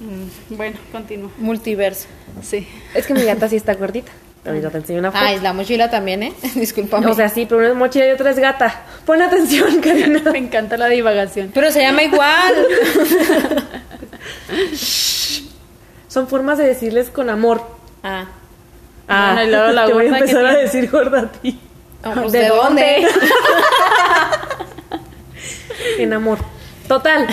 [SPEAKER 3] Mm, bueno, continúa.
[SPEAKER 2] Multiverso.
[SPEAKER 3] Sí.
[SPEAKER 1] Es que mi gata sí está gordita. Ahorita te enseño una foto.
[SPEAKER 2] Ay, Ah, la mochila también, ¿eh? Discúlpame.
[SPEAKER 1] o sea, sí, pero una es mochila y otra es gata. Pon atención, Karina.
[SPEAKER 3] Me encanta la divagación.
[SPEAKER 2] pero se llama igual.
[SPEAKER 1] Son formas de decirles con amor.
[SPEAKER 2] ah.
[SPEAKER 1] Ah,
[SPEAKER 3] Bueno, y luego la
[SPEAKER 1] te voy a
[SPEAKER 3] gorda que
[SPEAKER 1] empezar a
[SPEAKER 3] tiene.
[SPEAKER 1] decir gorda a ti.
[SPEAKER 2] Oh, pues, ¿de dónde?
[SPEAKER 1] en amor. Total.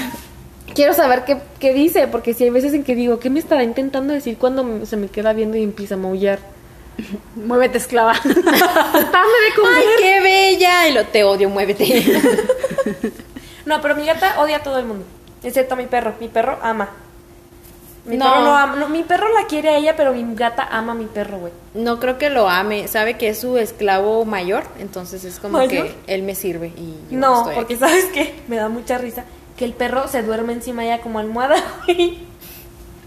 [SPEAKER 1] Quiero saber qué, qué dice, porque si hay veces en que digo, ¿qué me estará intentando decir cuando me- se me queda viendo y empieza a maullar?
[SPEAKER 3] Muévete, esclava. Ah,
[SPEAKER 1] ¡Dame de comer!
[SPEAKER 2] Ay, qué bella. Y lo te odio, muévete.
[SPEAKER 1] No, pero mi gata odia a todo el mundo, excepto a mi perro. Mi perro ama. Mi
[SPEAKER 2] No.
[SPEAKER 1] perro no ama. No, mi perro la quiere a ella, pero mi gata ama a mi perro, güey.
[SPEAKER 2] No creo que lo ame. Sabe que es su esclavo mayor, entonces es como
[SPEAKER 1] ¿Mayor?
[SPEAKER 2] que él me sirve y yo
[SPEAKER 1] No,
[SPEAKER 2] estoy
[SPEAKER 1] porque
[SPEAKER 2] aquí.
[SPEAKER 1] sabes qué, me da mucha risa que el perro se duerme encima de ella como almohada, güey.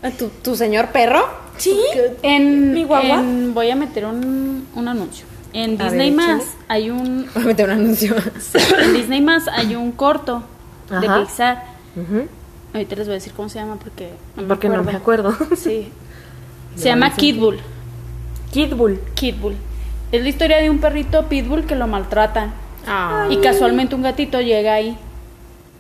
[SPEAKER 2] Ah, ¿Tu, tu señor perro?
[SPEAKER 1] Sí.
[SPEAKER 3] En,
[SPEAKER 1] ¿Mi guagua?
[SPEAKER 3] en- voy a meter un, un anuncio. En
[SPEAKER 1] A ver,
[SPEAKER 3] Disney
[SPEAKER 1] échale.
[SPEAKER 3] más hay un
[SPEAKER 2] Voy a meter un anuncio.
[SPEAKER 3] en Disney más hay un corto
[SPEAKER 1] Ajá.
[SPEAKER 3] de Pixar. Ahorita les voy a decir cómo se llama porque no me
[SPEAKER 1] Porque no me acuerdo.
[SPEAKER 3] Sí. Se llama Kid Bull.
[SPEAKER 1] Kid Bull.
[SPEAKER 3] Kid Bull. Es la historia de un perrito pitbull que lo maltratan
[SPEAKER 2] Ay,
[SPEAKER 3] y casualmente un gatito llega ahí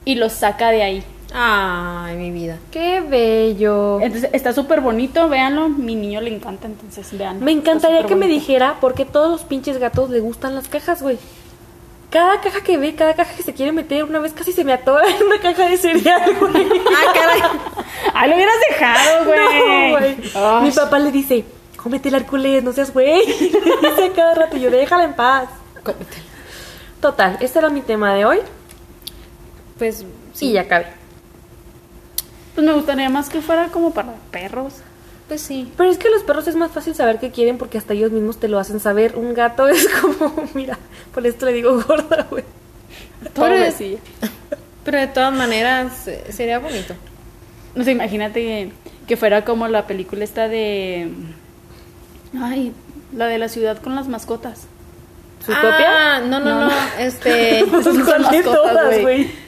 [SPEAKER 3] y lo saca de ahí.
[SPEAKER 2] ay, mi vida.
[SPEAKER 1] Qué bello.
[SPEAKER 3] Entonces está súper bonito, véanlo. Mi niño le encanta, entonces vean.
[SPEAKER 1] Me encantaría que me dijera por qué todos los pinches gatos le gustan las cajas, güey. Cada caja que ve, cada caja que se quiere meter, una vez casi se me atora en una caja de cereal, güey.
[SPEAKER 2] Ah, caray.
[SPEAKER 3] Ah, lo hubieras dejado, güey.
[SPEAKER 1] No, güey.
[SPEAKER 3] Ay,
[SPEAKER 1] Mi papá le dice, cómete el Hércules, no seas güey. Le dice a cada rato, yo déjala en paz.
[SPEAKER 2] Cómetelo.
[SPEAKER 1] Total, este era mi tema de hoy
[SPEAKER 2] Pues
[SPEAKER 1] y
[SPEAKER 2] sí,
[SPEAKER 1] ya acabé.
[SPEAKER 3] Pues me gustaría más que fuera como para perros.
[SPEAKER 2] pues sí.
[SPEAKER 1] Pero es que los perros es más fácil saber qué quieren porque hasta ellos mismos te lo hacen saber. Un gato es como, mira, por esto le digo gorda, güey.
[SPEAKER 3] Pobrecilla.
[SPEAKER 2] Pero de todas maneras eh, sería bonito.
[SPEAKER 3] No sé, imagínate que fuera como la película esta de. Ay, la de la ciudad con las mascotas.
[SPEAKER 1] ¿Su copia?
[SPEAKER 2] Ah, no, no,
[SPEAKER 3] No,
[SPEAKER 2] no, este
[SPEAKER 1] Pues
[SPEAKER 2] son
[SPEAKER 1] ¿cuál de
[SPEAKER 2] mascotas,
[SPEAKER 1] todas,
[SPEAKER 2] güey.
[SPEAKER 1] güey?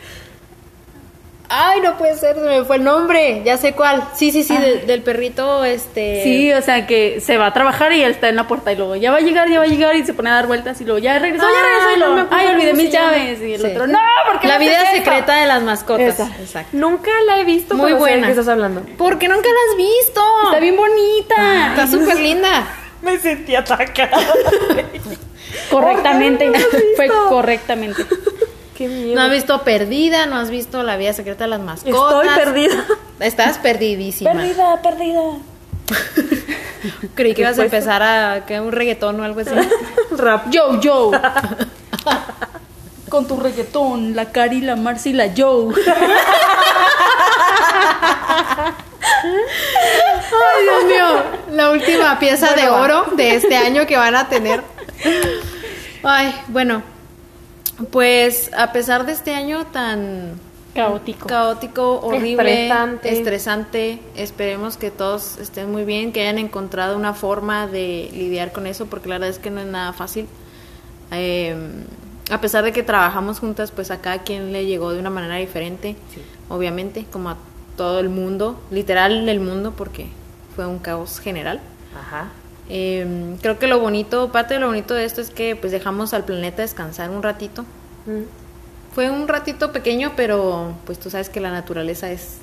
[SPEAKER 2] Ay, no puede ser, se me fue el nombre, ya sé cuál. Sí, sí, sí, de- del perrito este
[SPEAKER 3] Sí, o sea que se va a trabajar y él está en la puerta y luego ya va a llegar, ya va a llegar y se pone a dar vueltas y luego ya regresó, ya
[SPEAKER 2] Ah,
[SPEAKER 3] regresó y luego
[SPEAKER 2] no me acuerdo
[SPEAKER 3] ay, olvidé
[SPEAKER 2] cómo se
[SPEAKER 3] mis
[SPEAKER 2] llama.
[SPEAKER 3] llaves y el
[SPEAKER 2] Sí.
[SPEAKER 3] otro no, porque
[SPEAKER 2] La vida secreta de las mascotas.
[SPEAKER 3] Esa.
[SPEAKER 2] Exacto.
[SPEAKER 1] Nunca la he visto,
[SPEAKER 2] Muy
[SPEAKER 1] pero sé de
[SPEAKER 2] buena.
[SPEAKER 1] qué estás hablando?
[SPEAKER 2] Porque nunca la has visto.
[SPEAKER 3] Está bien bonita.
[SPEAKER 2] Está súper linda.
[SPEAKER 1] Me sentí atacada.
[SPEAKER 3] Correctamente,
[SPEAKER 1] ¿Por qué no la has
[SPEAKER 3] fue
[SPEAKER 1] visto?
[SPEAKER 3] correctamente.
[SPEAKER 1] qué miedo.
[SPEAKER 2] No has visto Perdida, no has visto La vida secreta de las mascotas.
[SPEAKER 1] Estoy perdida.
[SPEAKER 2] Estás perdidísima.
[SPEAKER 1] Perdida, perdida.
[SPEAKER 2] Creí que ibas a empezar a que un reggaetón o algo así.
[SPEAKER 1] Rap.
[SPEAKER 3] Yo, yo. Con tu reggaetón, la Cari, la Marcia y la Yo.
[SPEAKER 2] Ay, Dios mío. La última pieza de oro de este año que van a tener. Ay, bueno. Pues a pesar de este año tan
[SPEAKER 3] Caótico.
[SPEAKER 2] caótico, horrible,
[SPEAKER 1] Estresante.
[SPEAKER 2] estresante. Esperemos que todos estén muy bien, que hayan encontrado una forma de lidiar con eso, porque la verdad es que no es nada fácil. Eh, a pesar de que trabajamos juntas, pues a cada quien le llegó de una manera diferente, obviamente, como a todo el mundo, literal el mundo, porque fue un caos general.
[SPEAKER 1] Ajá.
[SPEAKER 2] Eh, creo que lo bonito, parte de lo bonito de esto es que pues dejamos al planeta descansar un ratito.
[SPEAKER 1] Mm.
[SPEAKER 2] Fue un ratito pequeño, pero pues tú sabes que la naturaleza es...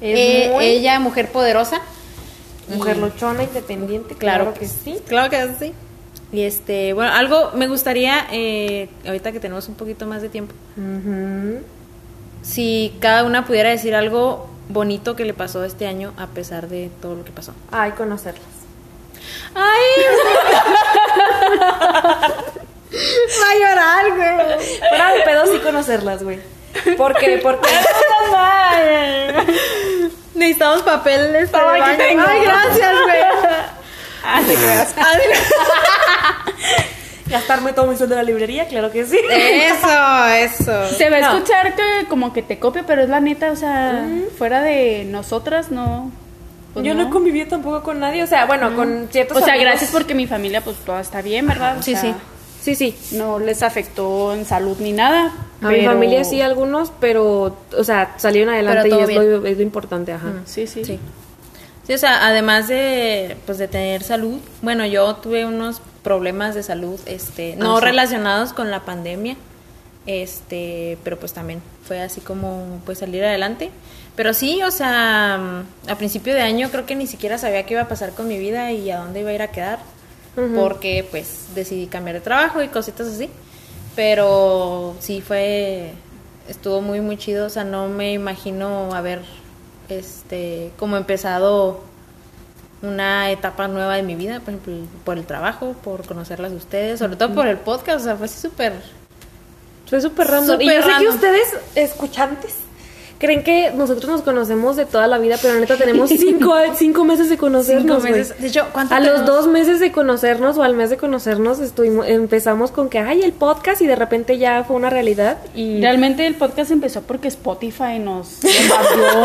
[SPEAKER 1] Es
[SPEAKER 2] Eh,
[SPEAKER 1] muy-
[SPEAKER 2] Ella, mujer poderosa.
[SPEAKER 1] Mujer
[SPEAKER 2] Y-
[SPEAKER 1] luchona, independiente,
[SPEAKER 2] Claro,
[SPEAKER 1] claro, que, sí.
[SPEAKER 2] Claro que sí. Y este, bueno, algo me gustaría, eh, ahorita que tenemos un poquito más de tiempo,
[SPEAKER 1] Ujú.
[SPEAKER 2] si cada una pudiera decir algo bonito que le pasó este año a pesar de todo lo que pasó.
[SPEAKER 1] Ay, conocerlas.
[SPEAKER 2] ¡Ay! Va a llorar, güey.
[SPEAKER 1] Fuera de pedo sí conocerlas, güey. Porque, porque.
[SPEAKER 2] Necesitamos papeles
[SPEAKER 1] Ay,
[SPEAKER 2] para el
[SPEAKER 1] que
[SPEAKER 2] baño.
[SPEAKER 1] tengo.
[SPEAKER 2] Ay, gracias, güey.
[SPEAKER 1] Gastarme todo mi sueldo de la librería, claro que sí.
[SPEAKER 2] Eso, eso.
[SPEAKER 3] Se va a
[SPEAKER 1] No.
[SPEAKER 3] escuchar que como que te copio, pero es la neta, o sea, fuera de nosotras no. pues
[SPEAKER 1] Mm. Yo no. conviví tampoco con nadie, o sea, bueno, con ciertos.
[SPEAKER 3] O sea,
[SPEAKER 1] amigos.
[SPEAKER 3] gracias porque mi familia pues toda está bien, ¿verdad? O
[SPEAKER 2] Sí, sí.
[SPEAKER 3] sea,
[SPEAKER 2] Sí, sí.
[SPEAKER 3] No les afectó en salud ni nada.
[SPEAKER 1] A mi
[SPEAKER 3] pero-
[SPEAKER 1] familia sí, algunos, pero, o sea, salieron adelante
[SPEAKER 2] Pero
[SPEAKER 1] y
[SPEAKER 2] todo
[SPEAKER 1] es lo, es lo importante, ajá.
[SPEAKER 3] Sí, sí.
[SPEAKER 2] Sí. Sí, o sea, además de, pues, de tener salud, bueno, yo tuve unos problemas de salud, este, no
[SPEAKER 1] Ah, sí.
[SPEAKER 2] relacionados con la pandemia, este, pero pues también fue así como, pues, salir adelante. Pero sí, o sea, a principio de año creo que ni siquiera sabía qué iba a pasar con mi vida y a dónde iba a ir a quedar,
[SPEAKER 1] Ujú.
[SPEAKER 2] porque, pues, decidí cambiar de trabajo y cositas así. Pero sí fue, estuvo muy, muy chido, o sea, no me imagino haber este como empezado una etapa nueva de mi vida, por ejemplo, por el trabajo, por conocerlas a ustedes, sobre todo por el podcast, o sea, fue así súper...
[SPEAKER 1] Fue súper random.
[SPEAKER 2] Súper
[SPEAKER 1] y yo sé que
[SPEAKER 2] random.
[SPEAKER 1] ustedes, escuchantes, creen que nosotros nos conocemos de toda la vida, pero neta tenemos cinco, cinco meses de conocernos.
[SPEAKER 2] Cinco meses.
[SPEAKER 1] güey.
[SPEAKER 2] De hecho, ¿cuánto
[SPEAKER 1] A los
[SPEAKER 2] tenemos?
[SPEAKER 1] dos meses de conocernos o al mes de conocernos estuvimos, empezamos con que, ay, el podcast y de repente ya fue una realidad y...
[SPEAKER 3] Realmente el podcast empezó porque Spotify nos invadió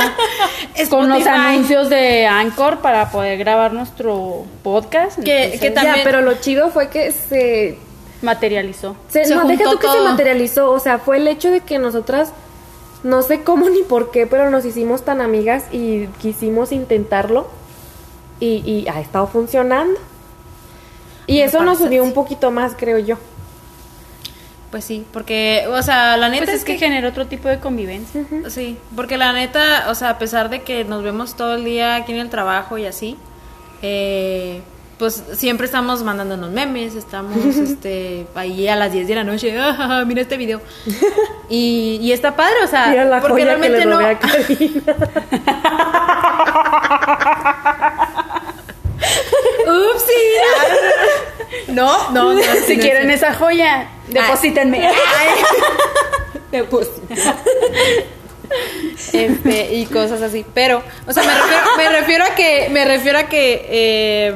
[SPEAKER 3] con los
[SPEAKER 2] Spotify.
[SPEAKER 3] anuncios de Anchor para poder grabar nuestro podcast.
[SPEAKER 2] Que-
[SPEAKER 3] entonces,
[SPEAKER 2] que
[SPEAKER 1] Ya,
[SPEAKER 2] también-
[SPEAKER 1] pero lo chido fue que se
[SPEAKER 3] materializó.
[SPEAKER 1] Se,
[SPEAKER 2] Se
[SPEAKER 1] no, deja
[SPEAKER 2] juntó
[SPEAKER 1] tú que se
[SPEAKER 2] todo.
[SPEAKER 1] materializó, o sea, fue el hecho de que nosotras, no sé cómo ni por qué, pero nos hicimos tan amigas y quisimos intentarlo y, y ha estado funcionando. Y
[SPEAKER 2] Me
[SPEAKER 1] eso nos
[SPEAKER 2] parece,
[SPEAKER 1] subió un
[SPEAKER 2] sí.
[SPEAKER 1] poquito más, creo yo.
[SPEAKER 2] Pues sí, porque, o sea, la neta
[SPEAKER 3] Pues
[SPEAKER 2] es,
[SPEAKER 3] es que,
[SPEAKER 2] que...
[SPEAKER 3] generó otro tipo de convivencia.
[SPEAKER 2] Sí, porque la neta, o sea, a pesar de que nos vemos todo el día aquí en el trabajo y así, eh, pues siempre estamos mandándonos memes, estamos este, ahí a las 10 de la noche, "Ah, ja, ja, mira este video. Y, y está padre, o sea,
[SPEAKER 1] Mira la
[SPEAKER 2] Ah, porque
[SPEAKER 1] joya que
[SPEAKER 2] realmente
[SPEAKER 1] le
[SPEAKER 2] no...
[SPEAKER 1] robé a Karina.
[SPEAKER 2] Upsi. No, no, no.
[SPEAKER 3] si
[SPEAKER 2] no,
[SPEAKER 3] quieren
[SPEAKER 2] sí.
[SPEAKER 3] esa joya,
[SPEAKER 1] Ah.
[SPEAKER 3] deposítenme.
[SPEAKER 2] Este, y cosas así. Pero, o sea, me refiero, me refiero a que, me refiero a que, eh,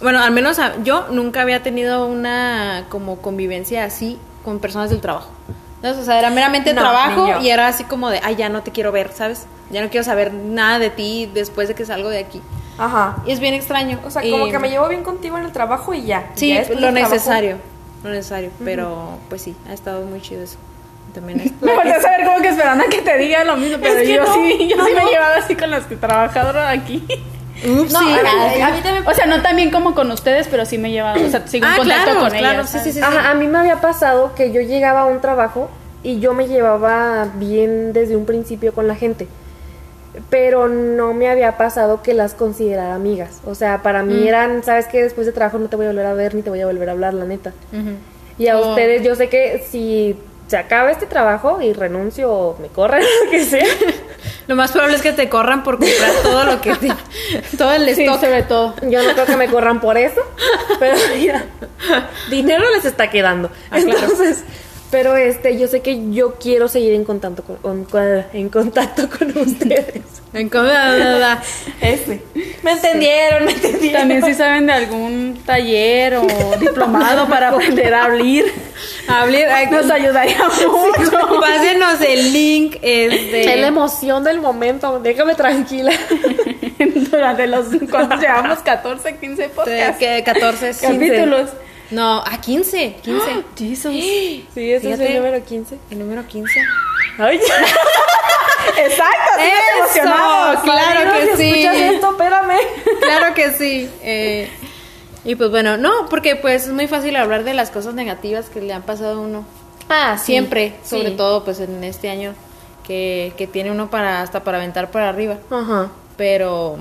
[SPEAKER 2] bueno, al menos a- yo nunca había tenido una como convivencia así con personas del trabajo. Entonces, o sea, era meramente
[SPEAKER 1] No,
[SPEAKER 2] trabajo
[SPEAKER 1] ni yo.
[SPEAKER 2] y era así como de, ay, ya no te quiero ver, ¿sabes? Ya no quiero saber nada de ti después de que salgo de aquí.
[SPEAKER 1] Ajá.
[SPEAKER 2] Y es bien extraño. Eh,
[SPEAKER 1] O sea, como
[SPEAKER 2] Y-
[SPEAKER 1] que me llevo bien contigo en el trabajo y ya.
[SPEAKER 2] Sí,
[SPEAKER 1] Ya después
[SPEAKER 2] lo
[SPEAKER 1] del trabajo-
[SPEAKER 2] necesario, lo necesario. Pero, pues sí, ha estado muy chido eso. También es-
[SPEAKER 3] Me volteé a saber como que esperando a que te diga lo mismo, pero
[SPEAKER 1] Es que
[SPEAKER 3] yo
[SPEAKER 1] no,
[SPEAKER 3] sí, yo
[SPEAKER 1] no,
[SPEAKER 3] sí me he
[SPEAKER 1] no.
[SPEAKER 3] llevado así con las que trabajadoras aquí. Ah,
[SPEAKER 2] Ups,
[SPEAKER 1] No, a
[SPEAKER 2] sí.
[SPEAKER 1] mí- a mí también-
[SPEAKER 3] O sea, no tan bien como con ustedes, pero sí me he llevado, o sea, sigo en
[SPEAKER 2] Ah,
[SPEAKER 3] contacto
[SPEAKER 2] claro,
[SPEAKER 3] con
[SPEAKER 2] claro,
[SPEAKER 3] ellas.
[SPEAKER 2] sí, sí,
[SPEAKER 3] ¿sabes?
[SPEAKER 2] sí.
[SPEAKER 1] Ajá, a mí me había pasado que yo llegaba a un trabajo y yo me llevaba bien desde un principio con la gente. Pero no me había pasado que las considerara amigas. O sea, para
[SPEAKER 2] Mm.
[SPEAKER 1] mí eran, ¿sabes qué? Después de trabajo no te voy a volver a ver ni te voy a volver a hablar, la neta.
[SPEAKER 2] Ujú.
[SPEAKER 1] Y a
[SPEAKER 2] Oh.
[SPEAKER 1] ustedes, yo sé que si se acaba este trabajo y renuncio o me corren, lo que sea.
[SPEAKER 2] Lo más probable es que te corran por comprar todo lo que te- todo el
[SPEAKER 3] Sí,
[SPEAKER 2] stock.
[SPEAKER 3] sobre todo.
[SPEAKER 1] Yo no creo que me corran por eso. Pero mira, dinero les está quedando.
[SPEAKER 2] Ah, claro.
[SPEAKER 1] Entonces, pero este, yo sé que yo quiero seguir en contacto con, con- con- en contacto con ustedes.
[SPEAKER 2] En com- bla, bla, bla.
[SPEAKER 1] Ese. Me entendieron, me entendieron.
[SPEAKER 3] También si saben de algún taller o diplomado para aprender a abrir,
[SPEAKER 2] Hablar- ay,
[SPEAKER 3] nos ayudaría mucho.
[SPEAKER 2] Pásenos el link este,
[SPEAKER 1] Es la emoción del momento, déjame tranquila.
[SPEAKER 3] Durante los, cuando llevamos 14, 15
[SPEAKER 2] de-
[SPEAKER 3] podcasts,
[SPEAKER 2] que 14 sí.
[SPEAKER 3] capítulos.
[SPEAKER 2] No, a 15, 15.
[SPEAKER 3] Jesus.
[SPEAKER 1] Sí, ese es
[SPEAKER 2] Fíjate.
[SPEAKER 1] el número 15.
[SPEAKER 2] El número 15.
[SPEAKER 1] Ay,
[SPEAKER 2] Exacto, sí, emocionado. Claro
[SPEAKER 4] Padrino,
[SPEAKER 2] que
[SPEAKER 4] si
[SPEAKER 2] sí.
[SPEAKER 4] escuchas esto, espérame.
[SPEAKER 2] Claro que sí. eh, y pues bueno, no, porque pues es muy fácil hablar de las cosas negativas que le han pasado a uno.
[SPEAKER 4] Ah, sí,
[SPEAKER 2] Siempre,
[SPEAKER 4] sí.
[SPEAKER 2] sobre todo pues en este año que, que tiene uno para hasta para aventar para arriba.
[SPEAKER 4] Ajá.
[SPEAKER 2] Pero,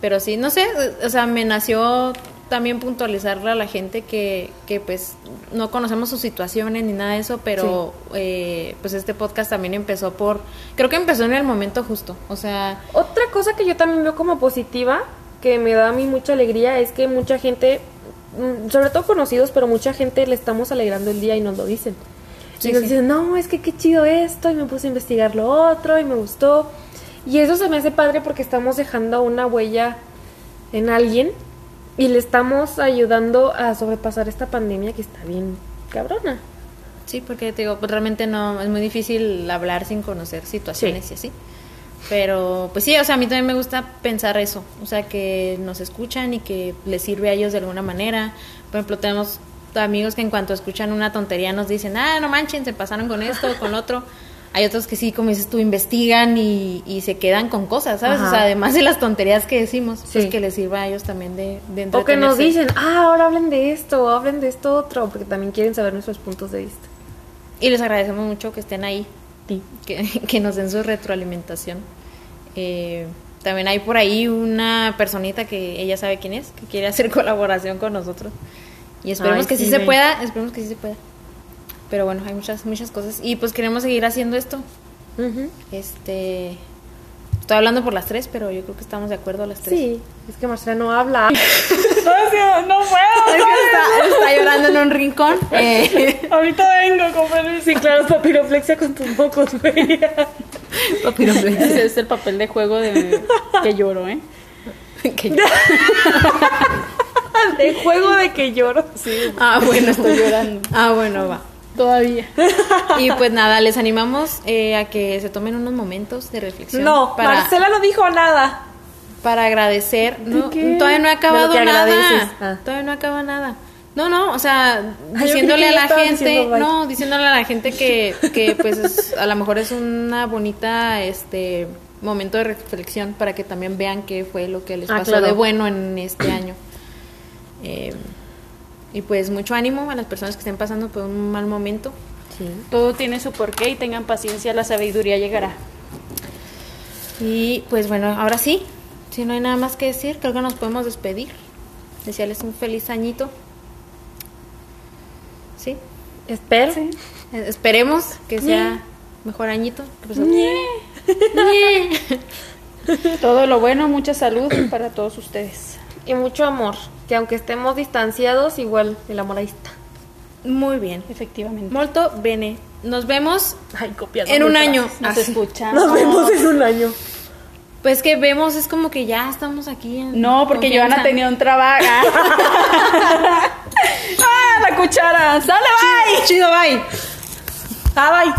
[SPEAKER 2] pero sí, no sé, o sea, me nació también puntualizarle a la gente que, que pues no conocemos sus situaciones ni nada de eso, pero eh, pues este podcast también empezó por, creo que empezó en el momento justo, o sea,
[SPEAKER 4] Otra cosa que yo también veo como positiva, que me da a mí mucha alegría, es que mucha gente, mm, sobre todo conocidos, pero mucha gente le estamos alegrando el día y nos lo dicen.
[SPEAKER 2] Sí,
[SPEAKER 4] y nos
[SPEAKER 2] sí.
[SPEAKER 4] dicen, no, es que qué chido esto, y me puse a investigar lo otro, y me gustó. Y eso se me hace padre porque estamos dejando una huella en alguien y le estamos ayudando a sobrepasar esta pandemia que está bien cabrona.
[SPEAKER 2] sí, porque te digo, pues realmente no, es muy difícil hablar sin conocer situaciones y así. Pero pues sí, o sea, a mí también me gusta pensar eso, o sea, que nos escuchan y que les sirve a ellos de alguna manera. Por ejemplo, tenemos amigos que en cuanto escuchan una tontería nos dicen, ah, no manchen, se pasaron con esto o con lo otro. Hay otros que sí, como dices tú, investigan y, y se quedan con cosas, ¿sabes?
[SPEAKER 4] Ajá.
[SPEAKER 2] O sea, además de las tonterías que decimos, pues
[SPEAKER 4] Sí.
[SPEAKER 2] que les sirva a ellos también de, de
[SPEAKER 4] O que nos
[SPEAKER 2] entretenerse.
[SPEAKER 4] dicen, ah, ahora hablen de esto, o hablen de esto otro, porque también quieren saber nuestros puntos de vista.
[SPEAKER 2] Y les agradecemos mucho que estén ahí,
[SPEAKER 4] Sí.
[SPEAKER 2] que, que nos den su retroalimentación. Eh, también hay por ahí una personita que ella sabe quién es, que quiere hacer colaboración con nosotros. Y esperemos
[SPEAKER 4] Ay,
[SPEAKER 2] que sí,
[SPEAKER 4] sí,
[SPEAKER 2] se
[SPEAKER 4] ve.
[SPEAKER 2] pueda, esperemos que sí se pueda. Pero bueno, hay muchas, muchas cosas. Y pues queremos seguir haciendo esto.
[SPEAKER 4] Ujú.
[SPEAKER 2] Este estoy hablando por las tres, pero yo creo que estamos de acuerdo las tres.
[SPEAKER 4] Sí, es que Marcela no habla.
[SPEAKER 5] no
[SPEAKER 2] Es que está, está llorando en un rincón. Eh,
[SPEAKER 5] puedo. Ahorita vengo con permiso.
[SPEAKER 4] Sí, claro, es papiroflexia con tus mocos, güey.
[SPEAKER 3] Ese es el papel de juego de que lloro, ¿eh?
[SPEAKER 2] que-
[SPEAKER 4] De juego de que lloro.
[SPEAKER 2] ah, bueno,
[SPEAKER 3] Estoy llorando.
[SPEAKER 2] Ah, bueno, va.
[SPEAKER 3] Todavía.
[SPEAKER 2] Y pues nada, les animamos eh, a que se tomen unos momentos de reflexión.
[SPEAKER 4] No,
[SPEAKER 2] para,
[SPEAKER 4] Marcela no dijo nada.
[SPEAKER 2] para agradecer. No,
[SPEAKER 4] qué?
[SPEAKER 2] todavía no he
[SPEAKER 4] De lo
[SPEAKER 2] acabado
[SPEAKER 4] que agradeces.
[SPEAKER 2] nada.
[SPEAKER 4] Ah.
[SPEAKER 2] Todavía no acaba nada. No, no, o sea,
[SPEAKER 4] que
[SPEAKER 2] diciéndole
[SPEAKER 4] ya
[SPEAKER 2] a la
[SPEAKER 4] estaba
[SPEAKER 2] gente,
[SPEAKER 4] diciendo bye.
[SPEAKER 2] no, diciéndole a la gente que, que pues es- a lo mejor es una bonita este momento de reflexión para que también vean qué fue lo que les
[SPEAKER 4] Ah,
[SPEAKER 2] pasó
[SPEAKER 4] claro.
[SPEAKER 2] de bueno en este año. Eh, y pues mucho ánimo a las personas que estén pasando por un mal momento.
[SPEAKER 3] Todo tiene su porqué y tengan paciencia, la sabiduría llegará.
[SPEAKER 2] Y pues bueno, ahora sí, si no hay nada más que decir, creo que nos podemos despedir. Desearles un feliz añito. ¿Sí?
[SPEAKER 4] Espero.
[SPEAKER 2] Eh, Esperemos que sea mejor añito. que pues,
[SPEAKER 3] Todo lo bueno, mucha salud para todos ustedes.
[SPEAKER 4] Y mucho amor. Que aunque estemos distanciados, igual el amor ahí está.
[SPEAKER 2] Muy bien.
[SPEAKER 3] Efectivamente.
[SPEAKER 2] Molto bene. Nos vemos
[SPEAKER 4] Ay, copiando.
[SPEAKER 2] en un año.
[SPEAKER 3] Nos escuchamos.
[SPEAKER 4] Nos vemos en un año.
[SPEAKER 2] Pues que vemos, es como que ya estamos aquí. en
[SPEAKER 3] No, porque Joana
[SPEAKER 2] confianza.
[SPEAKER 3] tenía un trabajo. ¡Ah, la cuchara! ¡Sale, bye!
[SPEAKER 2] Chido, bye.
[SPEAKER 4] Ah, bye.